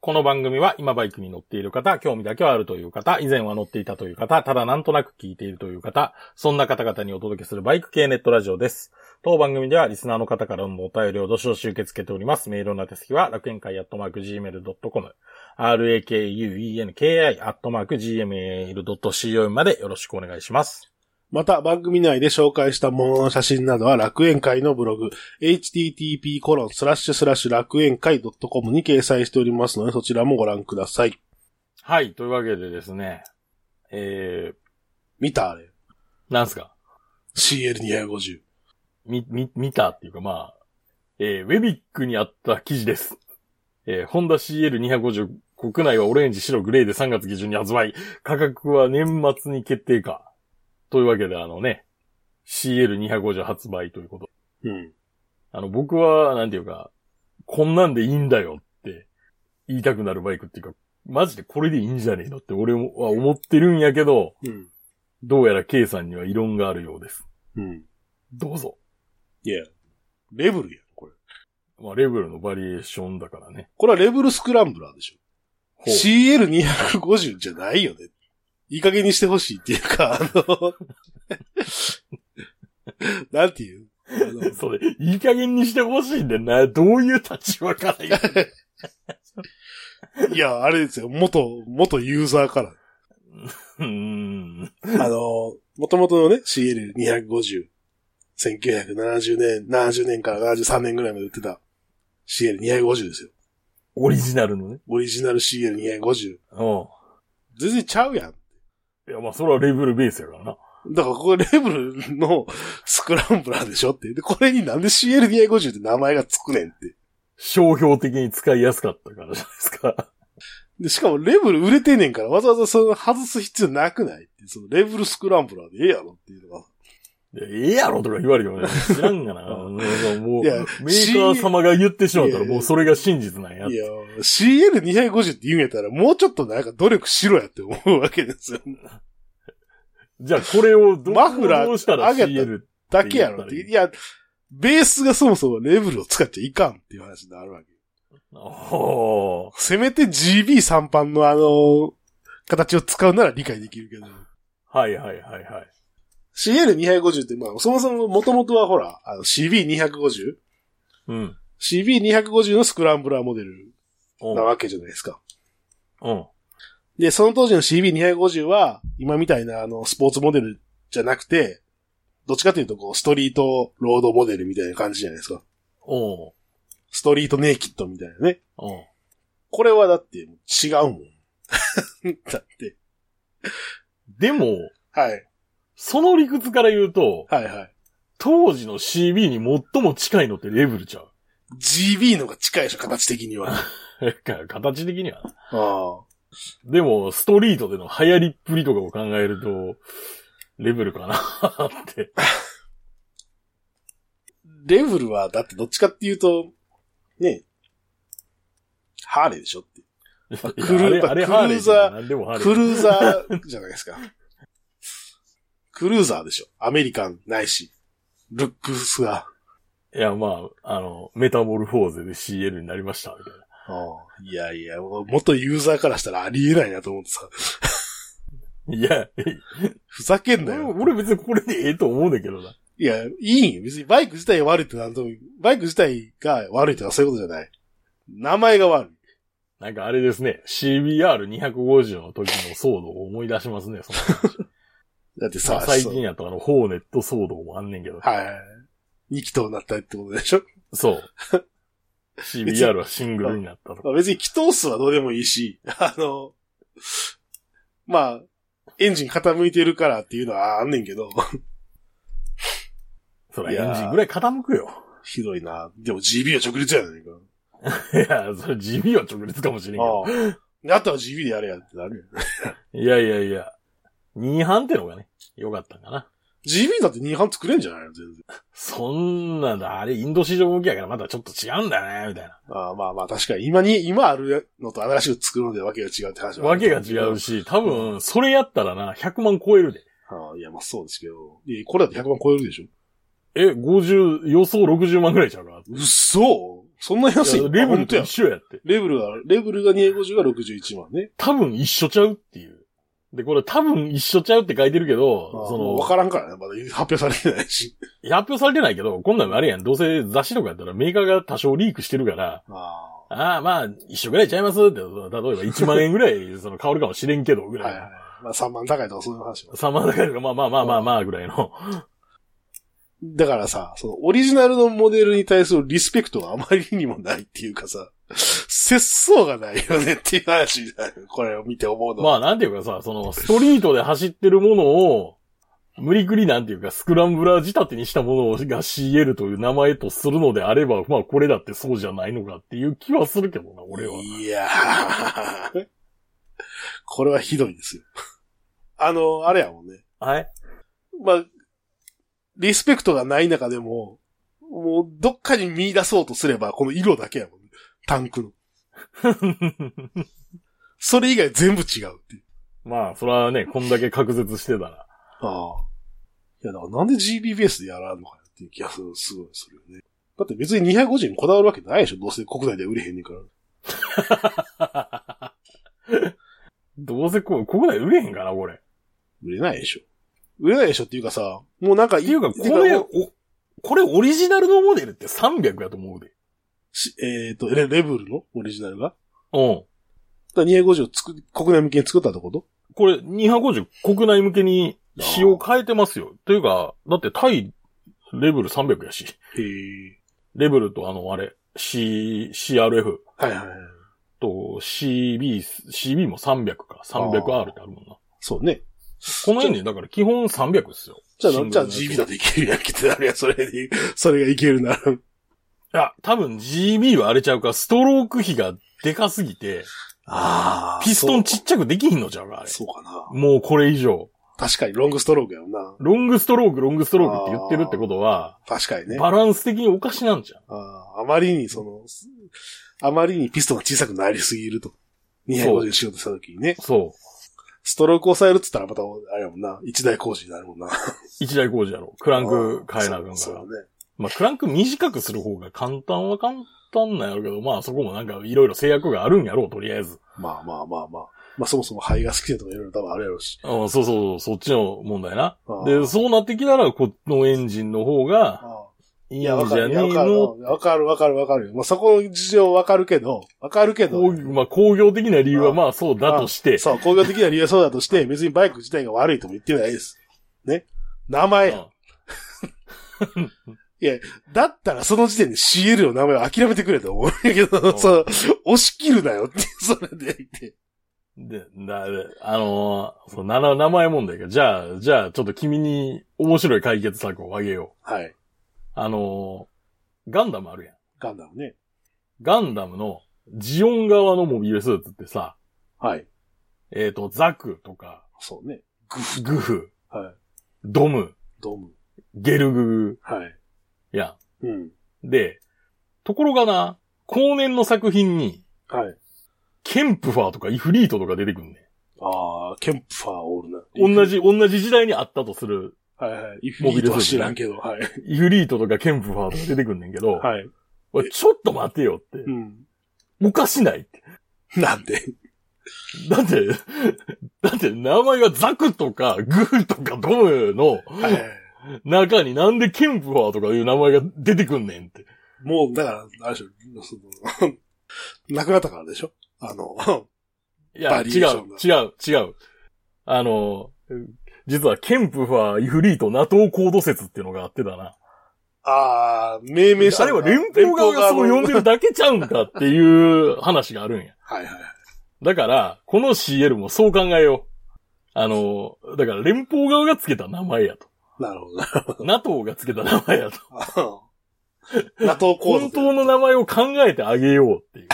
[SPEAKER 1] この番組は今バイクに乗っている方、興味だけはあるという方、以前は乗っていたという方、ただなんとなく聞いているという方、そんな方々にお届けするバイク系ネットラジオです。当番組ではリスナーの方からのお便りをどしどし受け付けております。メールの宛先は楽園会アットマーク Gmail.com、rakuenki アットマーク Gmail.com までよろしくお願いします。
[SPEAKER 2] また、番組内で紹介したものの写真などは楽園会のブログ、http コロンスラッシュスラッシュ楽園会 .com に掲載しておりますので、そちらもご覧ください。
[SPEAKER 1] はい、というわけでですね、え
[SPEAKER 2] 見たあれ。
[SPEAKER 1] ー、なんすか
[SPEAKER 2] CL250。
[SPEAKER 1] み、み、見たっていうかまあ、えー、ウェビックにあった記事です。えー、ホンダ CL250 国内はオレンジ、白、グレーで3月下旬に発売。価格は年末に決定か。というわけであのね、CL250 発売ということ。
[SPEAKER 2] うん。
[SPEAKER 1] あの、僕は、なんていうか、こんなんでいいんだよって言いたくなるバイクっていうか、マジでこれでいいんじゃねえのって俺は思ってるんやけど、
[SPEAKER 2] うん。
[SPEAKER 1] どうやら K さんには異論があるようです。
[SPEAKER 2] うん。
[SPEAKER 1] どうぞ。
[SPEAKER 2] いや、レブルやん、これ。
[SPEAKER 1] まあ、レベルのバリエーションだからね。
[SPEAKER 2] これはレブルスクランブラーでしょ。
[SPEAKER 1] ほう
[SPEAKER 2] CL250 じゃないよね。いい加減にしてほしいっていうか、あの、 なんていうあの
[SPEAKER 1] それ、いい加減にしてほしいんだよな。どういう立場から 言う
[SPEAKER 2] いや、あれですよ。元、元ユーザーから。
[SPEAKER 1] うーん。
[SPEAKER 2] あの、元々のね、CL250。1970年、70年から73年ぐらいまで売ってた CL250 ですよ。
[SPEAKER 1] オリジナルのね。
[SPEAKER 2] オリジナル CL250。
[SPEAKER 1] う
[SPEAKER 2] 全然ちゃうやん。
[SPEAKER 1] ん。いや、まあ、それはレベルベースやからな。
[SPEAKER 2] だからこれレブルのスクランブラーでしょって。で、これになんで CL250 って名前がつくねんって。
[SPEAKER 1] 商標的に使いやすかったからじゃないですか。
[SPEAKER 2] で、しかもレブル売れてんねんからわざわざその外す必要なくないって。そのレブルスクランブラーでええやろっていうのが。
[SPEAKER 1] いやええやろとか言われるよね。知らん がな。うんもう、
[SPEAKER 2] い
[SPEAKER 1] メ
[SPEAKER 2] や
[SPEAKER 1] ーカー様が言ってしまったら
[SPEAKER 2] いや
[SPEAKER 1] もうそれが真実なんや
[SPEAKER 2] い。や、CL250 って言うんやったら、もうちょっとなんか努力しろやって思うわけ ですよ。
[SPEAKER 1] じゃあこれをど
[SPEAKER 2] マフラー
[SPEAKER 1] どうしたら
[SPEAKER 2] 上げた
[SPEAKER 1] CL。
[SPEAKER 2] だけやろって。いや、ベースがそもそもレブルを使っちゃいかんっていう話になるわけ。
[SPEAKER 1] おー
[SPEAKER 2] せめて GB3 版のあの、形を使うなら理解できるけど。
[SPEAKER 1] はいはいはいはい。
[SPEAKER 2] CL250 って、まあ、そもそも元々はほら、あの CB250?CB250
[SPEAKER 1] うん。
[SPEAKER 2] のスクランブラーモデル
[SPEAKER 1] う。
[SPEAKER 2] なんわけじゃないですか。
[SPEAKER 1] うん。
[SPEAKER 2] で、その当時の CB250 は、今みたいなあの、スポーツモデルじゃなくて、どっちかというと、こう、ストリートロードモデルみたいな感じじゃないですか。
[SPEAKER 1] おう
[SPEAKER 2] ストリートネイキッドみたいなね。
[SPEAKER 1] おう
[SPEAKER 2] これはだって、違う もん。だって。
[SPEAKER 1] でも、
[SPEAKER 2] はい。
[SPEAKER 1] その理屈から言うと、
[SPEAKER 2] はいはい。
[SPEAKER 1] 当時の CB に最も近いのってレブルちゃう。
[SPEAKER 2] GB のが近いでしょ、形的には。あ
[SPEAKER 1] 形的にはな。
[SPEAKER 2] あ。
[SPEAKER 1] でも、ストリートでの流行りっぷりとかを考えると、レベルかな って。
[SPEAKER 2] レブルは、だってどっちかっていうと、ね、ハーレーでしょって。
[SPEAKER 1] ク
[SPEAKER 2] ルー
[SPEAKER 1] あれ、あれハーレーじゃん何でもハーレ
[SPEAKER 2] ク
[SPEAKER 1] ー。
[SPEAKER 2] ルーザーじゃないですか。クルーザーでしょ。アメリカンないし。ルックスが。
[SPEAKER 1] いや、まあ、あの、メタモルフォーゼで CL になりました、みたいな。
[SPEAKER 2] いやいや、もう元ユーザーからしたらありえないなと思ってさ。
[SPEAKER 1] いや、
[SPEAKER 2] ふざけんな
[SPEAKER 1] 俺
[SPEAKER 2] よ。
[SPEAKER 1] 俺別にこれでええと思うんだけどな。
[SPEAKER 2] いや、いいんよ。別にバイク自体が悪いってなんとも、バイク自体が悪いとかそういうことじゃない。名前が悪い。
[SPEAKER 1] なんかあれですね、CBR250 の時の騒動を思い出しますね、 その話
[SPEAKER 2] だって
[SPEAKER 1] ま
[SPEAKER 2] さ
[SPEAKER 1] あ、最
[SPEAKER 2] そう
[SPEAKER 1] 近やとあの、ホーネット騒動もあんねんけど。
[SPEAKER 2] はい。二気筒になったってことでしょ
[SPEAKER 1] そう。CBR はシングルになったとか。
[SPEAKER 2] まあ、別に気筒数はどうでもいいし、 あの、まあ、エンジン傾いてるからっていうのはあんねんけど、
[SPEAKER 1] そら
[SPEAKER 2] いや
[SPEAKER 1] エンジンぐらい傾くよ。
[SPEAKER 2] ひどいな。でも GB は直立やないか。
[SPEAKER 1] いや、 それ GB は直列かもしれんけど。
[SPEAKER 2] ああ。あとは GB でやれやってなるよ。
[SPEAKER 1] いやいやいや。2班ってのがね、良かったんかな。
[SPEAKER 2] GB だって2班作れんじゃないの全然。
[SPEAKER 1] そんなんだ、あれインド市場向きやからまたちょっと違うんだよね、みたいな。
[SPEAKER 2] ああまあまあ確かに、今に、今あるのと新しく作るのでわけが違うって話はあ
[SPEAKER 1] わ
[SPEAKER 2] る
[SPEAKER 1] け
[SPEAKER 2] と
[SPEAKER 1] が
[SPEAKER 2] 思けど
[SPEAKER 1] 違うし、多分、それやったらな、100万超えるで。
[SPEAKER 2] ああ、いやまあそうですけど。いやこれだと100万超えるでしょ。
[SPEAKER 1] え、50、予想60万ぐらいちゃうか
[SPEAKER 2] うっそそんな安い
[SPEAKER 1] いやレベルと
[SPEAKER 2] や
[SPEAKER 1] 一。緒やって。
[SPEAKER 2] レベルが、レベルが250が61万ね。
[SPEAKER 1] 多分一緒ちゃうっていう。で、これ多分一緒ちゃうって書いてるけ
[SPEAKER 2] あ
[SPEAKER 1] ど、
[SPEAKER 2] あ
[SPEAKER 1] そ
[SPEAKER 2] もう
[SPEAKER 1] の
[SPEAKER 2] わ、からんからね。まだ発表されてないし。
[SPEAKER 1] 発表されてないけど、こんなんあれやん。どうせ雑誌とかやったらメーカーが多少リークしてるから、
[SPEAKER 2] あ
[SPEAKER 1] ああ、まあ、一緒ぐらいちゃいますって、例えば1万円ぐらい、 その、変わるかもしれんけど、ぐ
[SPEAKER 2] あはい
[SPEAKER 1] ら
[SPEAKER 2] はい
[SPEAKER 1] い。
[SPEAKER 2] まあ3万高いとかそういう話も。
[SPEAKER 1] 3万だから、まあまあまあまあまあ、ぐらい の。
[SPEAKER 2] だからさ、そのオリジナルのモデルに対するリスペクトがあまりにもないっていうかさ、 節操がないよねっていう話じゃないこれを見て思うのは。
[SPEAKER 1] まあ、なんていうかさ、その、ストリートで走ってるものを、無理くりなんていうか、スクランブラー仕立てにしたものが CL という名前とするのであれば、まあ、これだってそうじゃないのかっていう気はするけどな、俺は。
[SPEAKER 2] いやー。 これはひどいですよ。あの、あれやもんね。
[SPEAKER 1] はい
[SPEAKER 2] まあ、リスペクトがない中でも、もうどっかに見出そうとすれば、この色だけやもんね。タンクの。それ以外全部違うっていう。
[SPEAKER 1] まあ、それはね、こんだけ隔絶してたら。
[SPEAKER 2] ああ。いや、だからなんで GB ベースでやらんのかなっていう気がする、すごいするよね。だって別に250にこだわるわけないでしょどうせ国内では売れへんねんから。
[SPEAKER 1] どうせこう、国内売れへんかな、これ。っ
[SPEAKER 2] 売れないでしょ売れないでしょっていうかさ、もうなんかい
[SPEAKER 1] ていうか、
[SPEAKER 2] て
[SPEAKER 1] これ、
[SPEAKER 2] もう
[SPEAKER 1] おこれオリジナルのモデルって300やと思うで。
[SPEAKER 2] しえっ、と、レレブルのオリジナルが
[SPEAKER 1] うん。
[SPEAKER 2] だから250を作り、国内向けに作ったってこと
[SPEAKER 1] これ、250国内向けに仕様変えてますよ。というか、だってタイ、レベル300やし。
[SPEAKER 2] へえ。
[SPEAKER 1] レベルとあの、あれ、C、CRF
[SPEAKER 2] はいはいはい。
[SPEAKER 1] と CB、CB も300か。300R ってあるもんな。
[SPEAKER 2] そうね。
[SPEAKER 1] この辺に、だから基本300ですよ。
[SPEAKER 2] じゃあ、
[SPEAKER 1] シ
[SPEAKER 2] な
[SPEAKER 1] ング
[SPEAKER 2] じゃ
[SPEAKER 1] ル
[SPEAKER 2] あ
[SPEAKER 1] のやつ
[SPEAKER 2] GB だっていけるやんけってなるやん、それで、それがいけるなら。
[SPEAKER 1] いや、多分 GB はあれちゃうか、ストローク比がでかすぎて、
[SPEAKER 2] あ
[SPEAKER 1] ピストンちっちゃくできひんのちゃうか、あれ。
[SPEAKER 2] そうそうかな。
[SPEAKER 1] もうこれ以上。
[SPEAKER 2] 確かにロングストロークやもんな。
[SPEAKER 1] ロングストローク、ロングストロークって言ってるってことは、
[SPEAKER 2] 確かにね。
[SPEAKER 1] バランス的におかしなんじゃん。
[SPEAKER 2] あああまりにその、すあまりにピストンが小さくなりすぎると。
[SPEAKER 1] そう
[SPEAKER 2] 250しようとした時にね。
[SPEAKER 1] そう。
[SPEAKER 2] ストロークを抑えるっつったらまた、あれやもんな。一大工事になるもんな。
[SPEAKER 1] 一大工事やろ。クランク変えなあかんか
[SPEAKER 2] あ
[SPEAKER 1] ら。
[SPEAKER 2] あそうそうね。
[SPEAKER 1] まあ、クランク短くする方が簡単は簡単なんやろうけど、まあそこもなんかいろいろ制約があるんやろう、とりあえず。
[SPEAKER 2] まあまあまあまあ。まあそもそも肺が好きだとかいろいろ多分あるやろうし。
[SPEAKER 1] あそうそう、そっちの問題な。
[SPEAKER 2] ああ
[SPEAKER 1] で、そうなってきたら、このエンジンの方が、
[SPEAKER 2] ああ
[SPEAKER 1] いいん
[SPEAKER 2] い
[SPEAKER 1] じ
[SPEAKER 2] や、
[SPEAKER 1] ゃ
[SPEAKER 2] わかる。い
[SPEAKER 1] ねえ
[SPEAKER 2] やわかる
[SPEAKER 1] の。
[SPEAKER 2] わかるわかるわかるよ。まあそこの事情わかるけど、わかるけど
[SPEAKER 1] こ、うまあ、工業的な理由はまあそうだとして、
[SPEAKER 2] そう、工業的な理由はそうだとして、別にバイク自体が悪いとも言ってないです。ね。名前やん。だったらその時点で CL の名前を諦めてくれと思うんやけ
[SPEAKER 1] う
[SPEAKER 2] ど、
[SPEAKER 1] ん
[SPEAKER 2] そう、押し切るなよって、 それで言って。
[SPEAKER 1] で、だ、であのーそう、なな名前問題が。じゃあ、じゃあ、ちょっと君に面白い解決策をあげよう。
[SPEAKER 2] はい。
[SPEAKER 1] あのーガンダムあるやん。
[SPEAKER 2] ガンダムね。
[SPEAKER 1] ガンダムのジオン側のモビルスーツってさ、
[SPEAKER 2] はい。
[SPEAKER 1] えっ、と、ザクとか、
[SPEAKER 2] そうね。
[SPEAKER 1] グフ、
[SPEAKER 2] はい。
[SPEAKER 1] ドム、
[SPEAKER 2] ドーム。
[SPEAKER 1] ゲルグ
[SPEAKER 2] はい。
[SPEAKER 1] グや
[SPEAKER 2] うん。
[SPEAKER 1] ん。で、ところがな、後年の作品に、
[SPEAKER 2] はい。
[SPEAKER 1] ケンプファーとかイフリートとか出てくんね。
[SPEAKER 2] ああ、ケンプファーオールな。
[SPEAKER 1] 同。じ、同じ時代にあったとする、
[SPEAKER 2] はいはい。イフリートは知らんけど、はい。
[SPEAKER 1] イフリートとかケンプファーとか出てくんねんけど、
[SPEAKER 2] はい。
[SPEAKER 1] おいちょっと待てよって
[SPEAKER 2] う。ん。
[SPEAKER 1] おかしないって。
[SPEAKER 2] なんで
[SPEAKER 1] だって、だって名前がザクとかグーとかドムの
[SPEAKER 2] はいはいはい。
[SPEAKER 1] 中になんでケンプファーとかいう名前が出てくんねんって。
[SPEAKER 2] もう、だから、あれでしょ、その、 亡くなったからでしょあの、
[SPEAKER 1] い
[SPEAKER 2] バ
[SPEAKER 1] や、
[SPEAKER 2] リエ
[SPEAKER 1] 違
[SPEAKER 2] ーショ
[SPEAKER 1] う
[SPEAKER 2] ンが、
[SPEAKER 1] 違う、違う。あの、実はケンプファー、イフリート、ナトーコード説っていうのがあってだな。
[SPEAKER 2] ああ、命名した
[SPEAKER 1] あれ
[SPEAKER 2] の
[SPEAKER 1] は
[SPEAKER 2] かな。
[SPEAKER 1] 連邦側がそう呼ん
[SPEAKER 2] 連邦側の
[SPEAKER 1] でるだけちゃうんかっていう話があるんや。
[SPEAKER 2] はいはい。
[SPEAKER 1] だから、この CL もそう考えよう。あの、だから連邦側がつけた名前やと。
[SPEAKER 2] なるほどな。
[SPEAKER 1] NATO がつけた名前やと。
[SPEAKER 2] ナトーコー
[SPEAKER 1] 本当の名前を考えてあげようっていう。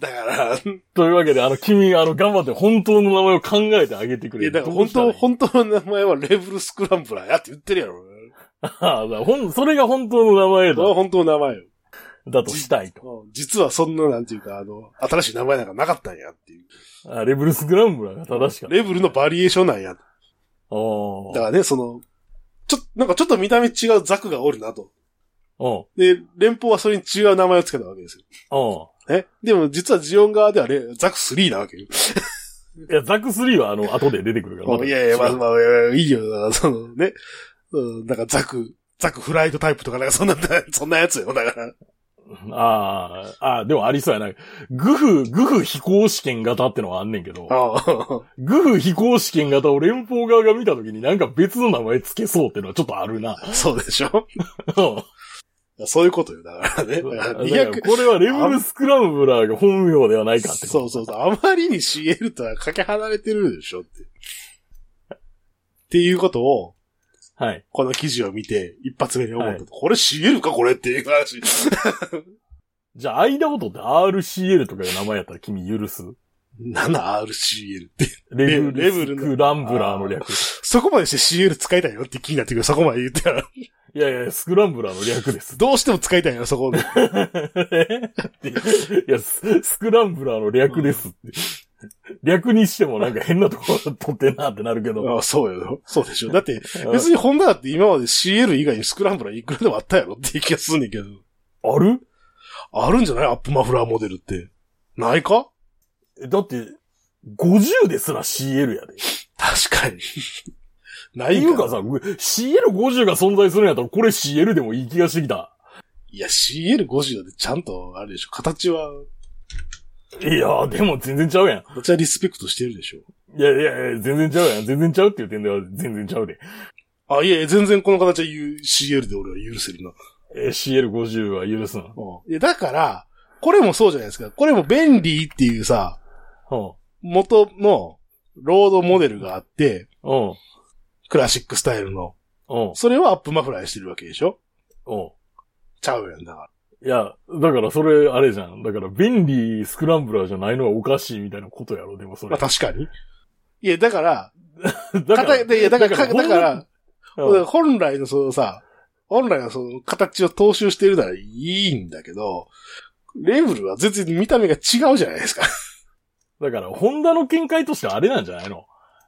[SPEAKER 2] だから、
[SPEAKER 1] というわけで、あの、君、あの、頑張って本当の名前を考えてあげてく
[SPEAKER 2] い
[SPEAKER 1] れ。
[SPEAKER 2] や、だか
[SPEAKER 1] ど
[SPEAKER 2] ら
[SPEAKER 1] う
[SPEAKER 2] 本
[SPEAKER 1] したらい
[SPEAKER 2] 当、
[SPEAKER 1] い
[SPEAKER 2] 本当の名前はレーブルスクランブラーやって言ってるやろ。
[SPEAKER 1] ああだからほんそれが本当の名前
[SPEAKER 2] それは
[SPEAKER 1] だ
[SPEAKER 2] 本当の名前よ。
[SPEAKER 1] だとしたいと。
[SPEAKER 2] うん実はそんな、なんていうか、あの、新しい名前なんかなかったんやっていう。
[SPEAKER 1] あレブルスグランブラーが正しかった。
[SPEAKER 2] レーブルのバリエーションなんや。だか
[SPEAKER 1] あ
[SPEAKER 2] らね、その、ちょ、なんかちょっと見た目違うザクがおるなと。
[SPEAKER 1] あ。うん。
[SPEAKER 2] で、連邦はそれに違う名前をつけたわけですよ。
[SPEAKER 1] う
[SPEAKER 2] えでも実はジオン側ではね、ザク3なわけよ。
[SPEAKER 1] ん。いや、ザック3はあの、後で出てくるから。また
[SPEAKER 2] いやいや、まあまあ、いやいやいいよ。だからそのね、うん、なんかザク、ザクフライドタイプとか、なんかそんな、 そんなやつよ。だから、
[SPEAKER 1] ああ、ああ、でもありそうやな。グフ、グフ飛行試験型ってのはあんねんけど、
[SPEAKER 2] ああ
[SPEAKER 1] グフ飛行試験型を連邦側が見たときになんか別の名前つけそうってのはちょっとあるな。
[SPEAKER 2] そうでしょ
[SPEAKER 1] うん
[SPEAKER 2] そういうことよ。だから ね。
[SPEAKER 1] だ
[SPEAKER 2] だ
[SPEAKER 1] か
[SPEAKER 2] からら
[SPEAKER 1] こ
[SPEAKER 2] 200
[SPEAKER 1] れはレブルスクランブラーが本名ではないかって。
[SPEAKER 2] そうそうそう。あまりに CL とはかけ離れてるでしょって。っていうことを、
[SPEAKER 1] はい。
[SPEAKER 2] この記事を見て、一発目に思った。
[SPEAKER 1] は
[SPEAKER 2] これ CL かこれっていう話。
[SPEAKER 1] じゃあ、間を取って RCL とかいう名前やったら君許す
[SPEAKER 2] 7RCL って。
[SPEAKER 1] レブル
[SPEAKER 2] レブ
[SPEAKER 1] ス
[SPEAKER 2] ルの
[SPEAKER 1] クランブラーの略。
[SPEAKER 2] そこまでして CL 使いたいのって気になってくる。そこまで言ったら。
[SPEAKER 1] いやいや、スクランブラーの略 です。
[SPEAKER 2] どうしても使いたいのそこで。
[SPEAKER 1] いやス、スクランブラーの略ですって。略にしてもなんか変なところ取ってんなってなるけど。
[SPEAKER 2] ああそうよ。そうでしょ。だって、別にホンダだって今まで CL 以外にスクランブラーいくらでもあったやろっていう気がすんねんけど。
[SPEAKER 1] ある
[SPEAKER 2] あるんじゃないアップマフラーモデルって。ないか
[SPEAKER 1] だって、50ですら CL やで。っ
[SPEAKER 2] 確かに。な
[SPEAKER 1] て
[SPEAKER 2] い
[SPEAKER 1] い
[SPEAKER 2] ん
[SPEAKER 1] う
[SPEAKER 2] か
[SPEAKER 1] か
[SPEAKER 2] な
[SPEAKER 1] さ、CL50 が存在するんやったらこれ CL でもいい気がしてきた。
[SPEAKER 2] いや、CL50 だってちゃんと、あれでしょ。形は、
[SPEAKER 1] いやー、でも全然ちゃうやん。
[SPEAKER 2] こっちはリスペクトしてるでしょ。
[SPEAKER 1] いやいやいや、全然ちゃうやん。全然ちゃうっていう点では全然ちゃうで。
[SPEAKER 2] あ、いやいや、全然この形は言う CL で俺は許せるな。
[SPEAKER 1] えー CL50 は許すな。
[SPEAKER 2] うん。いや、だから、これもそうじゃないですか。これも便利っていうさ、
[SPEAKER 1] うん。
[SPEAKER 2] 元のロードモデルがあって、
[SPEAKER 1] うん。
[SPEAKER 2] クラシックスタイルの。
[SPEAKER 1] うん。
[SPEAKER 2] それはアップマフラーにしてるわけでしょ
[SPEAKER 1] うん。
[SPEAKER 2] ちゃうやん、だから。
[SPEAKER 1] いや、だからそれ、あれじゃん。だから、便利スクランブラーじゃないのはおかしいみたいなことやろ、でもそ
[SPEAKER 2] ま
[SPEAKER 1] れ。
[SPEAKER 2] あ確かに。いや、だから、
[SPEAKER 1] だ
[SPEAKER 2] かたい や、だから、かだから、
[SPEAKER 1] うん
[SPEAKER 2] だから本来のそのさ、本来のその形を踏襲してるならいいんだけど、レーブルは全然見た目が違うじゃないですか。
[SPEAKER 1] だから、ホンダの見解としてあれなんじゃないの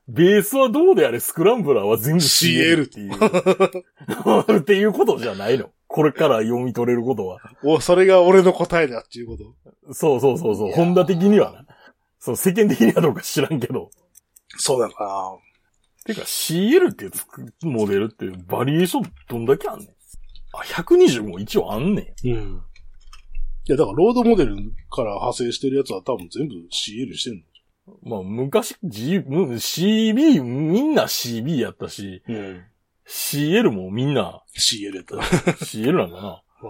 [SPEAKER 1] ベースはどうであれ、スクランブラーは全部
[SPEAKER 2] CL
[SPEAKER 1] っていう。 っていうことじゃないの。これから読み取れることは。
[SPEAKER 2] お、それが俺の答えだっていうこと。
[SPEAKER 1] そうそうそうそ。
[SPEAKER 2] いうや
[SPEAKER 1] ホンダ的にはな。その世間的にはどうか知らんけど。
[SPEAKER 2] そうなのか
[SPEAKER 1] てか CL ってつくモデルってバリエーションどんだけあんねん。あ、120も一応あんねん。
[SPEAKER 2] な。うん。いや、だからロードモデルから派生してるやつは多分全部 CL してん
[SPEAKER 1] まあ、昔、G、む CB、みんな CB やったし、
[SPEAKER 2] の。うん。
[SPEAKER 1] CL もみんな
[SPEAKER 2] CL やったら。
[SPEAKER 1] CL なんかな。
[SPEAKER 2] あ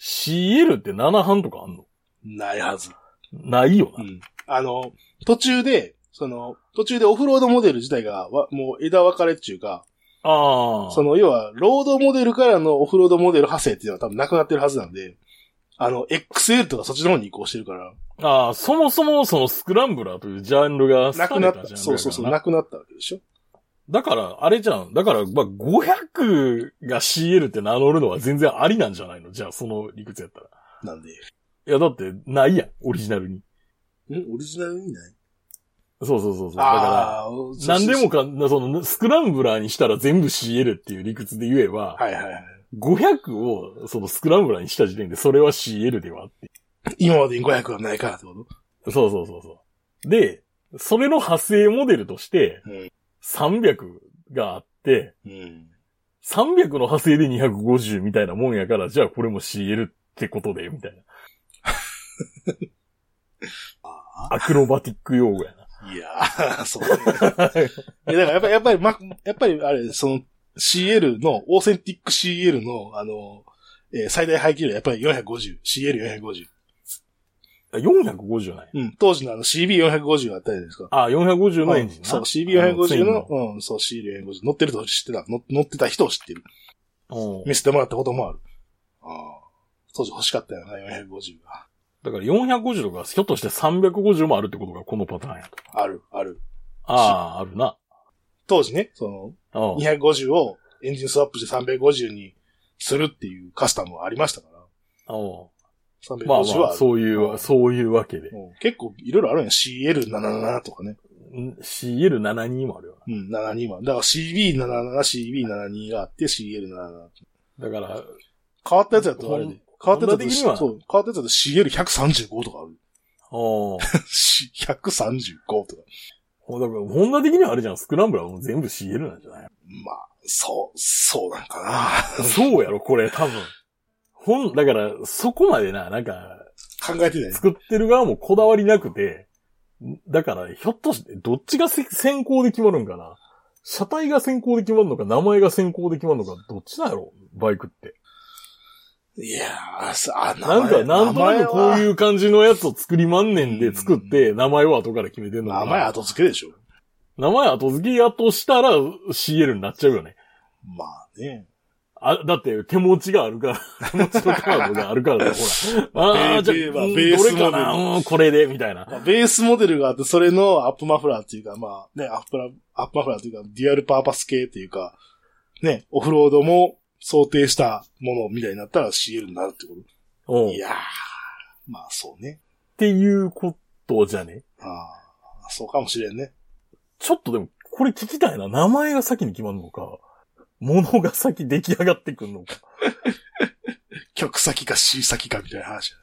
[SPEAKER 1] CL って7半とかあんの
[SPEAKER 2] ないはず。
[SPEAKER 1] ないよ
[SPEAKER 2] う
[SPEAKER 1] な。
[SPEAKER 2] ん。あの、途中で、その、途中でオフロードモデル自体がわ、もう枝分かれっていうか、
[SPEAKER 1] ああ。
[SPEAKER 2] その、要は、ロードモデルからのオフロードモデル派生っていうのは多分なくなってるはずなんで、あの、XL とかそっちの方に移行してるから、
[SPEAKER 1] ああ、そもそもそのスクランブラーというジャンルが
[SPEAKER 2] なく
[SPEAKER 1] 廃れジャンルや
[SPEAKER 2] なった
[SPEAKER 1] から
[SPEAKER 2] た。そうそうそう、なくなったわけでしょ
[SPEAKER 1] だから、あれじゃん。だから、まあ、500が CL って名乗るのは全然ありなんじゃないのじゃあ、その理屈やったら。
[SPEAKER 2] なんで。
[SPEAKER 1] いや、だって、ないやん。オリジナルに。
[SPEAKER 2] んオリジナルにない
[SPEAKER 1] そうそうそうそう。だか
[SPEAKER 2] ああー、
[SPEAKER 1] ら、なんで
[SPEAKER 2] そう
[SPEAKER 1] もかん、その、スクランブラーにしたら全部 CL っていう理屈で言えば、
[SPEAKER 2] そう。はいはいはい。
[SPEAKER 1] 500を、そのスクランブラーにした時点で、それは CL ではあって。
[SPEAKER 2] 今までに500はないからってこと
[SPEAKER 1] そうそうそうそう。で、それの派生モデルとして
[SPEAKER 2] うん、
[SPEAKER 1] 300があって、
[SPEAKER 2] うん。
[SPEAKER 1] 300の派生で250みたいなもんやから、じゃあこれも CL ってことで、みたいな。
[SPEAKER 2] あ
[SPEAKER 1] アクロバティック用語やな。
[SPEAKER 2] あ。いやー、そうね。いやだからやっぱり、やっぱり、ま、やっぱりあれ、その、CL の、オーセンティック CL の、あの、えー最大排気量やっぱり450。CL450。
[SPEAKER 1] あ450ない。
[SPEAKER 2] うん。当時のあの CB450 あったじゃないですか。
[SPEAKER 1] あ、450のエンジンな。
[SPEAKER 2] そう、
[SPEAKER 1] あツイ
[SPEAKER 2] CB450
[SPEAKER 1] ン
[SPEAKER 2] の、うん、そう、CB450。乗ってると知ってた。乗乗ってた人を知ってる。
[SPEAKER 1] うん
[SPEAKER 2] 見せてもらったこともある。ああ。当時欲しかったよな、450が。
[SPEAKER 1] だから450とか、ひょっとして350もあるってことがこのパターンやと。
[SPEAKER 2] ある、ある。
[SPEAKER 1] ああ、あるな。
[SPEAKER 2] 当時ね、その、
[SPEAKER 1] うん。
[SPEAKER 2] 250をエンジンスワップして350にするっていうカスタムはありましたから。
[SPEAKER 1] うん
[SPEAKER 2] 350
[SPEAKER 1] まあ
[SPEAKER 2] はある。
[SPEAKER 1] まあ、そういうう、
[SPEAKER 2] ん
[SPEAKER 1] そういうわけで。
[SPEAKER 2] うん結構いろいろあるんや。CL77 とかね。
[SPEAKER 1] ん CL72 もあるよ
[SPEAKER 2] うん、72は。だから CB77、CB72 があって、CL77。
[SPEAKER 1] な。だから、
[SPEAKER 2] 変わったやつだとあれ
[SPEAKER 1] ほん
[SPEAKER 2] で。変わった
[SPEAKER 1] 本
[SPEAKER 2] やつだと、
[SPEAKER 1] 来的には
[SPEAKER 2] そう、変わったやつだと CL135 とかある。
[SPEAKER 1] お
[SPEAKER 2] 135とか。
[SPEAKER 1] だから、ホンダ的にはあれじゃん、スクランブラーも全部 CL なんじゃない
[SPEAKER 2] まあ、そう、そうなんかな。
[SPEAKER 1] そうやろ、これ、多分。ほん、だから、そこまでな、なんか、
[SPEAKER 2] 考えてない。
[SPEAKER 1] 作ってる側もこだわりなくて、だから、ひょっとして、どっちがせ先行で決まるんかな車体が先行で決まるのか、名前が先行で決まるのか、どっちなんやろバイクって。
[SPEAKER 2] いやー、そあ、
[SPEAKER 1] なんか、なんとなくこう
[SPEAKER 2] う。
[SPEAKER 1] いう感じのやつを作りまんねん
[SPEAKER 2] う
[SPEAKER 1] で
[SPEAKER 2] ん
[SPEAKER 1] 作って、名前は後から決めてんのかな
[SPEAKER 2] 名前後付けでしょ。
[SPEAKER 1] 名前後付けやとしたら CL になっちゃうよね。
[SPEAKER 2] まあね。
[SPEAKER 1] あ、だって手持ちがあるから、手持ちのカードがあるからだよ、ほら。ああ、じゃ
[SPEAKER 2] ベー
[SPEAKER 1] あ、うんど
[SPEAKER 2] ベース
[SPEAKER 1] れ
[SPEAKER 2] モデル
[SPEAKER 1] かな、うん、これで、みたいな。
[SPEAKER 2] まあ、ベースモデルがあって、それのアップマフラーっていうか、まあね、アップラ、アップマフラーっていうか、デュアルパーパス系っていうか、ね、オフロードも想定したものみたいになったら CL になるってこ
[SPEAKER 1] うん。
[SPEAKER 2] と。
[SPEAKER 1] っ
[SPEAKER 2] いやー、まあそうね。
[SPEAKER 1] ていうことじゃね。
[SPEAKER 2] あーそうかもしれんね。
[SPEAKER 1] ちょっとでも、これ聞きたいな。名前が先に決まるのか、物が先出来上がってくるのか。
[SPEAKER 2] 曲先か C 先かみたいな話だ。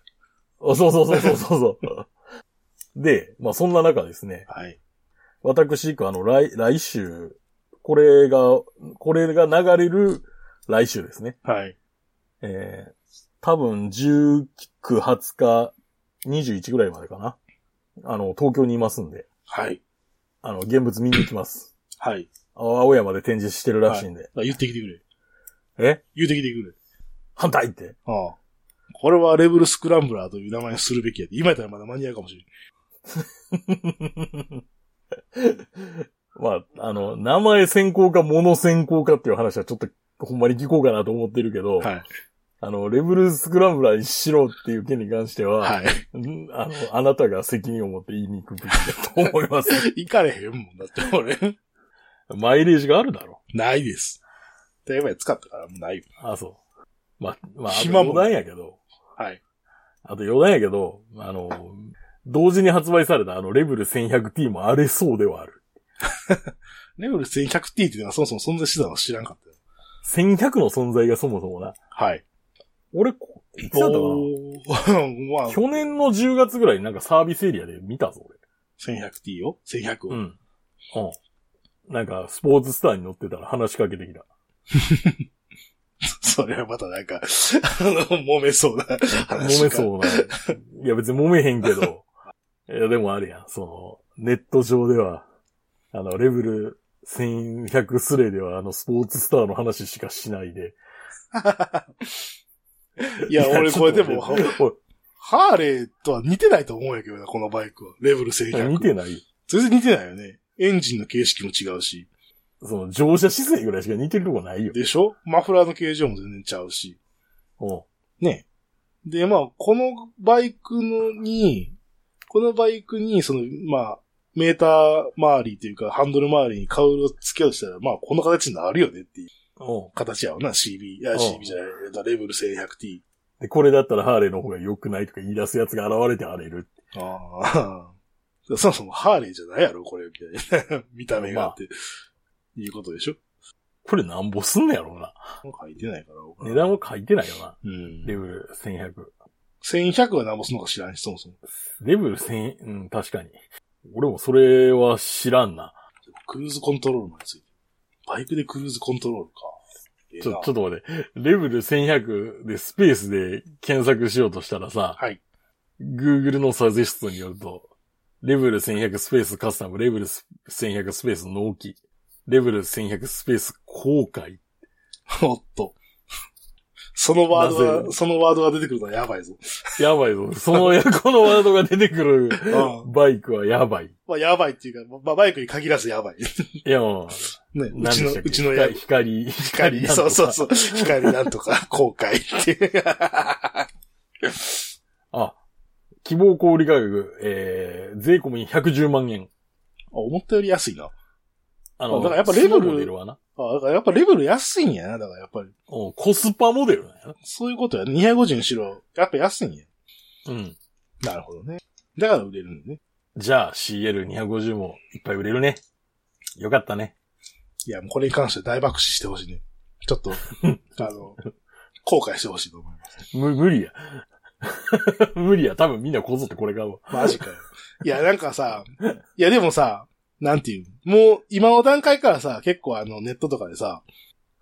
[SPEAKER 1] あそうそうそうそうそうそう。で、まあそんな中ですね、
[SPEAKER 2] はい。
[SPEAKER 1] 私、あの、来、来週、これが、これが流れる来週ですね。
[SPEAKER 2] はい。
[SPEAKER 1] えー、多分19、20日、21ぐらいまでかな。あの、東京にいますんで、
[SPEAKER 2] はい。
[SPEAKER 1] あの、現物見に行きます。
[SPEAKER 2] はい。
[SPEAKER 1] 青青山で展示してるらしいんで。
[SPEAKER 2] 言ってきてくれ。
[SPEAKER 1] え
[SPEAKER 2] 言ってきてくれ。
[SPEAKER 1] 反対って。
[SPEAKER 2] ああ。これはレブルスクランブラーという名前にするべきやで。今やったらまだ間に合うかもしれん。
[SPEAKER 1] まあ、あの、名前先行か物先行かっていう話はちょっと、ほんまに聞こうかなと思ってるけど、
[SPEAKER 2] はい。
[SPEAKER 1] あの、レブルスクランブラーにしろっていう件に関しては、
[SPEAKER 2] はい。
[SPEAKER 1] んあの、あなたが責任を持って言いに行くべきだと思います。
[SPEAKER 2] 行かれへんもんだって俺。
[SPEAKER 1] マイレージがあるだろ。
[SPEAKER 2] ないです。で、今使ったからもうないよ。
[SPEAKER 1] あ、そう。ま、まあ、あと
[SPEAKER 2] 暇も
[SPEAKER 1] 余談やけど、
[SPEAKER 2] はい。
[SPEAKER 1] あと余談やけど、あの、同時に発売されたあの、レブル 1100T も荒れそうではある。
[SPEAKER 2] レベル 1100T っていうのはそもそも存在してたのは知らんかったよ。
[SPEAKER 1] 1100の存在がそもそもな。
[SPEAKER 2] はい。
[SPEAKER 1] 俺、こいつだったかな
[SPEAKER 2] おー まあ、
[SPEAKER 1] 去年の10月ぐらいになんかサービスエリアで見たぞ、
[SPEAKER 2] 1100t を ?1100 を。
[SPEAKER 1] うん。うん。なんか、スポーツスターに乗ってたら話しかけてきた。
[SPEAKER 2] それはまたなんか、あ の、揉めそうな
[SPEAKER 1] 揉
[SPEAKER 2] 話。
[SPEAKER 1] めそうな。 いや、別に揉めへんけど。いや、でもあれやん。その、ネット上では、あの、レベル1100スレでは、あの、スポーツスターの話しかしないで。
[SPEAKER 2] う。いや、俺これでも、
[SPEAKER 1] ちょっと
[SPEAKER 2] ハーレーとは似てないと思うんやけどな、このバイクは。レベル
[SPEAKER 1] 待っておい
[SPEAKER 2] 1100。
[SPEAKER 1] 似てない。
[SPEAKER 2] 全然似てないよね。エンジンの形式も違うし。
[SPEAKER 1] その、乗車姿勢ぐらいしか似てるとこないよ。
[SPEAKER 2] でしょマフラーの形状も全然ちゃうし。
[SPEAKER 1] うん。
[SPEAKER 2] ね。で、まあ、このバイクのに、このバイクに、その、まあ、メーター周りというか、ハンドル周りにカウルを付けようとしたら、まあ、この形になるよねっていう
[SPEAKER 1] うん。
[SPEAKER 2] 形やわな、CB。いや、
[SPEAKER 1] うん
[SPEAKER 2] CB じゃない、えっとレベル 1100T。
[SPEAKER 1] で、これだったらハーレーの方が良くないとか言い出すやつが現れて荒れる。
[SPEAKER 2] ああ。 そもそもハーレーじゃないやろ、これ、みたいな。見た目があって。いうことでしょ
[SPEAKER 1] これなんぼすんのやろうな。
[SPEAKER 2] 書いてないから。僕
[SPEAKER 1] 値段は書いてないよな。
[SPEAKER 2] うん。
[SPEAKER 1] レベル1100。
[SPEAKER 2] 1100は何ぼすんのか知らんし、そもそも。
[SPEAKER 1] レベル1000、うん、確かに。俺もそれは知らんな。
[SPEAKER 2] クルーズコントロールまでついてる。バイクでクルーズコントロールか。ええな
[SPEAKER 1] ちょ、ちょっと待って。レベル1100でスペースで検索しようとしたらさ、
[SPEAKER 2] はい。
[SPEAKER 1] Google のサジェストによると、レベル1100スペースカスタム、レベル1100スペース納期、レベル1100スペース公開。
[SPEAKER 2] おっと。そのワード
[SPEAKER 1] な
[SPEAKER 2] が、
[SPEAKER 1] ぜ
[SPEAKER 2] そのワードが出てくるのはやばいぞ。
[SPEAKER 1] やばい ぞ。その、このワードが出てくる
[SPEAKER 2] う
[SPEAKER 1] バイクはやばい。
[SPEAKER 2] まあ、やばいっていうか、まあ、バイクに限らずやばい。
[SPEAKER 1] いや、も
[SPEAKER 2] ね、
[SPEAKER 1] う
[SPEAKER 2] うちの、うちのや
[SPEAKER 1] 光、、光、
[SPEAKER 2] 光、
[SPEAKER 1] なんと
[SPEAKER 2] そう
[SPEAKER 1] か
[SPEAKER 2] そうそう、光なんと か、後悔っていう。
[SPEAKER 1] あ、希望小売価格、えー、税込み110万円。
[SPEAKER 2] 思ったより安いな。
[SPEAKER 1] あ
[SPEAKER 2] あだからやっぱレベル
[SPEAKER 1] スノーモデルはな。
[SPEAKER 2] あ、だからやっぱレベル安いんやな、だからやっぱり。
[SPEAKER 1] うんコスパモデルなんやな。
[SPEAKER 2] そういうことや、ね。250にしろ、やっぱ安いんや。
[SPEAKER 1] うん。
[SPEAKER 2] なるほどね。だから売れるんだね。
[SPEAKER 1] じゃあ CL250 もいっぱい売れるね。よかったね。
[SPEAKER 2] いや、もうこれに関しては大爆死してほしいね。ちょ っと、あの、後悔してほしいと思います。
[SPEAKER 1] む、無理や。 無理や。多分みんなこぞってこれ買うわ。
[SPEAKER 2] マジかよ。いや、なんかさ、いや、でもさ、なんていうのもう、今の段階からさ、結構あの、ネットとかでさ、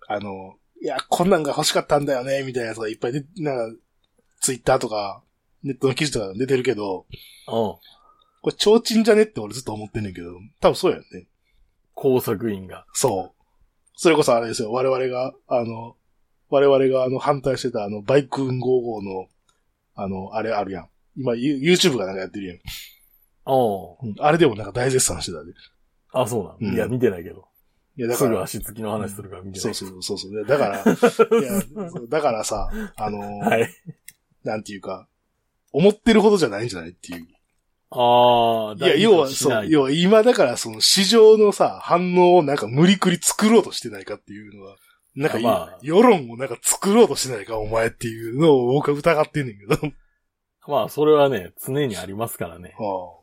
[SPEAKER 2] あの、いや、こんなんが欲しかったんだよね、みたいなやつがいっぱいで、なんか、ツイッターとか、ネットの記事とか出てるけど、
[SPEAKER 1] うん。
[SPEAKER 2] これ、提灯じゃねって俺ずっと思ってんねんけど、多分そうやんね。
[SPEAKER 1] 工作員が。
[SPEAKER 2] そう。それこそあれですよ、我々が、あの、我々があの、反対してたあの、バイク運55の、あの、あれあるやん。今、ユ YouTube がなんかやってるやん。
[SPEAKER 1] うん。
[SPEAKER 2] うんあれでもなんか大絶賛してたで。
[SPEAKER 1] あ、そうなの、
[SPEAKER 2] うん
[SPEAKER 1] いや、見てないけど。
[SPEAKER 2] いや、だ
[SPEAKER 1] す
[SPEAKER 2] か
[SPEAKER 1] ぐ
[SPEAKER 2] ら、
[SPEAKER 1] 足つきの話するから見てな
[SPEAKER 2] そう
[SPEAKER 1] い。
[SPEAKER 2] そうそうそう。だから、いや、そうだからさ、あのー
[SPEAKER 1] はい。
[SPEAKER 2] なんていうか、思ってるほどじゃないんじゃないっていう。
[SPEAKER 1] ああ、
[SPEAKER 2] いや、要は、そう、要は今だからその市場のさ、反応をなんか無理くり作ろうとしてないかっていうのは、なんか、
[SPEAKER 1] いやまあ
[SPEAKER 2] 世論をなんか作ろうとしてないか、お前っていうのを僕は疑ってんねんけど。
[SPEAKER 1] まあ、それはね、常にありますからね。
[SPEAKER 2] ああ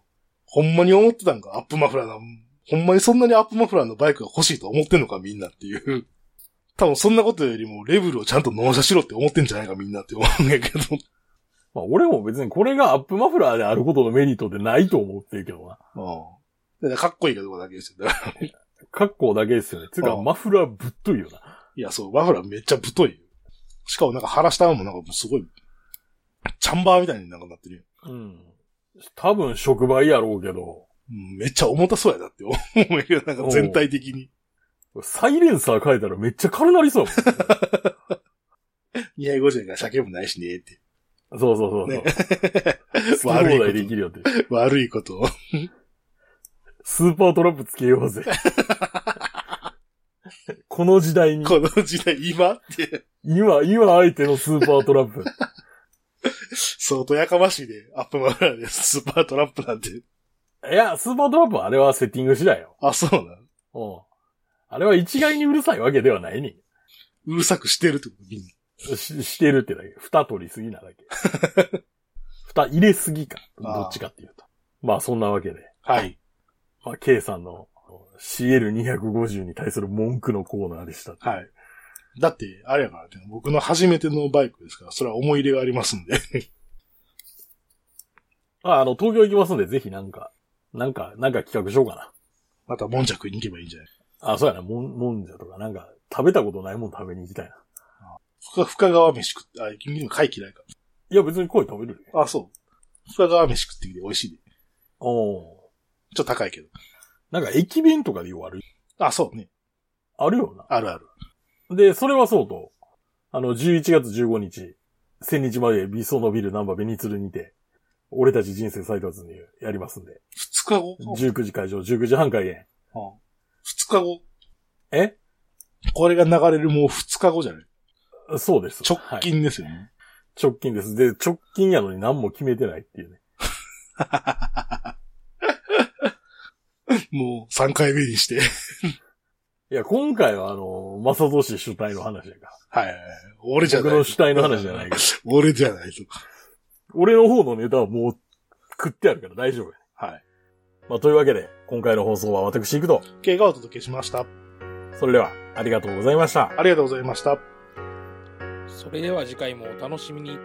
[SPEAKER 2] ほんまに思ってたんか、アップマフラーの、ほんまにそんなにアップマフラーのバイクが欲しいと思ってんのか、みんなっていう。多分そんなことよりも、レベルをちゃんと納車しろって思ってんじゃないか、みんなって思うんやけど。
[SPEAKER 1] まあ、俺も別にこれがアップマフラーであることのメリットってないと思ってるけどな。
[SPEAKER 2] うん。だからかっこいいかどうかだけですよ。だから
[SPEAKER 1] 格好だけですよね。つうか、
[SPEAKER 2] うん
[SPEAKER 1] マフラーぶっといよな。
[SPEAKER 2] いや、そう、マフラーめっちゃ太いよ。しかもなんか腹下もなんかすごい、チャンバーみたいになんかなってるよ。
[SPEAKER 1] うん。多分、触媒やろうけど、
[SPEAKER 2] うんめっちゃ重たそうやなって思うよ。なんか全体的に。
[SPEAKER 1] サイレンサー変えたらめっちゃ軽なりそうやもん。
[SPEAKER 2] 250円から鮭もないしね、って。
[SPEAKER 1] そうそうそうそう。
[SPEAKER 2] ね
[SPEAKER 1] 好き放題できるよって。
[SPEAKER 2] 悪いことを。
[SPEAKER 1] スーパートラップつけよ うぜ。この時代に、
[SPEAKER 2] この時代、今って。
[SPEAKER 1] 今、今相手のスーパートラップ。
[SPEAKER 2] 相当やかましいで、アップマフラーでスーパートラップなんて。
[SPEAKER 1] いや、スーパートラップはあれはセッティング次第よ。
[SPEAKER 2] あ、そうなん。
[SPEAKER 1] うん。あれは一概にうるさいわけではないねん。
[SPEAKER 2] うるさくしてるってことみんな。
[SPEAKER 1] ししてるってだけ。蓋取りすぎなだけ。蓋入れすぎか。
[SPEAKER 2] あー
[SPEAKER 1] どっちかっていうと。まあそんなわけで。
[SPEAKER 2] はい。
[SPEAKER 1] まあ K さんの CL250 に対する文句のコーナーでした。
[SPEAKER 2] はい。だって、あれやからね、僕の初めてのバイクですから、それは思い入れがありますんで。
[SPEAKER 1] ああの、東京行きますんで、ぜひなんか、なんか、なんか企画しようかな。
[SPEAKER 2] また、もんじゃ食いに行けばいいんじゃない
[SPEAKER 1] あ、そうやな、もん、もんじゃとか、なんか、食べたことないもん食べに行きたいな。
[SPEAKER 2] 深深川飯食って、あ、君の貝嫌いか。
[SPEAKER 1] いや、別に声食べるよ。
[SPEAKER 2] あ、そう。深川飯食ってきて美味しいで。ちょ
[SPEAKER 1] おー
[SPEAKER 2] っと高いけど。
[SPEAKER 1] なんか駅弁とかでようある。
[SPEAKER 2] あ、そうね。
[SPEAKER 1] あるよな。
[SPEAKER 2] あるある。
[SPEAKER 1] で、それはそうと、あの、11月15日、千日までビソのビルナンバーベニツルにて、俺たち人生再活にやりますんで、
[SPEAKER 2] 二日後
[SPEAKER 1] 19時会場、19時半開演。
[SPEAKER 2] うん二日後
[SPEAKER 1] え
[SPEAKER 2] これが流れるもう二日後じゃない
[SPEAKER 1] そうです。
[SPEAKER 2] 直
[SPEAKER 1] はい
[SPEAKER 2] 近ですよね。
[SPEAKER 1] 直近です。で、直近やのに何も決めてないっていうね。
[SPEAKER 2] もう三回目にして。
[SPEAKER 1] いや、今回はあの、正サ氏主体の話やから。
[SPEAKER 2] はいはいはい。俺じゃな
[SPEAKER 1] 僕
[SPEAKER 2] い
[SPEAKER 1] の。主体の話じゃないけど。
[SPEAKER 2] 俺じゃないと。
[SPEAKER 1] 俺の方のネタはもう食ってあるから大丈夫や。
[SPEAKER 2] はい。
[SPEAKER 1] まあ、というわけで、今回の放送は私行くと。
[SPEAKER 2] 経過をお届けしました。
[SPEAKER 1] それでは、ありがとうございました。
[SPEAKER 2] ありがとうございました。
[SPEAKER 3] それでは次回もお楽しみに。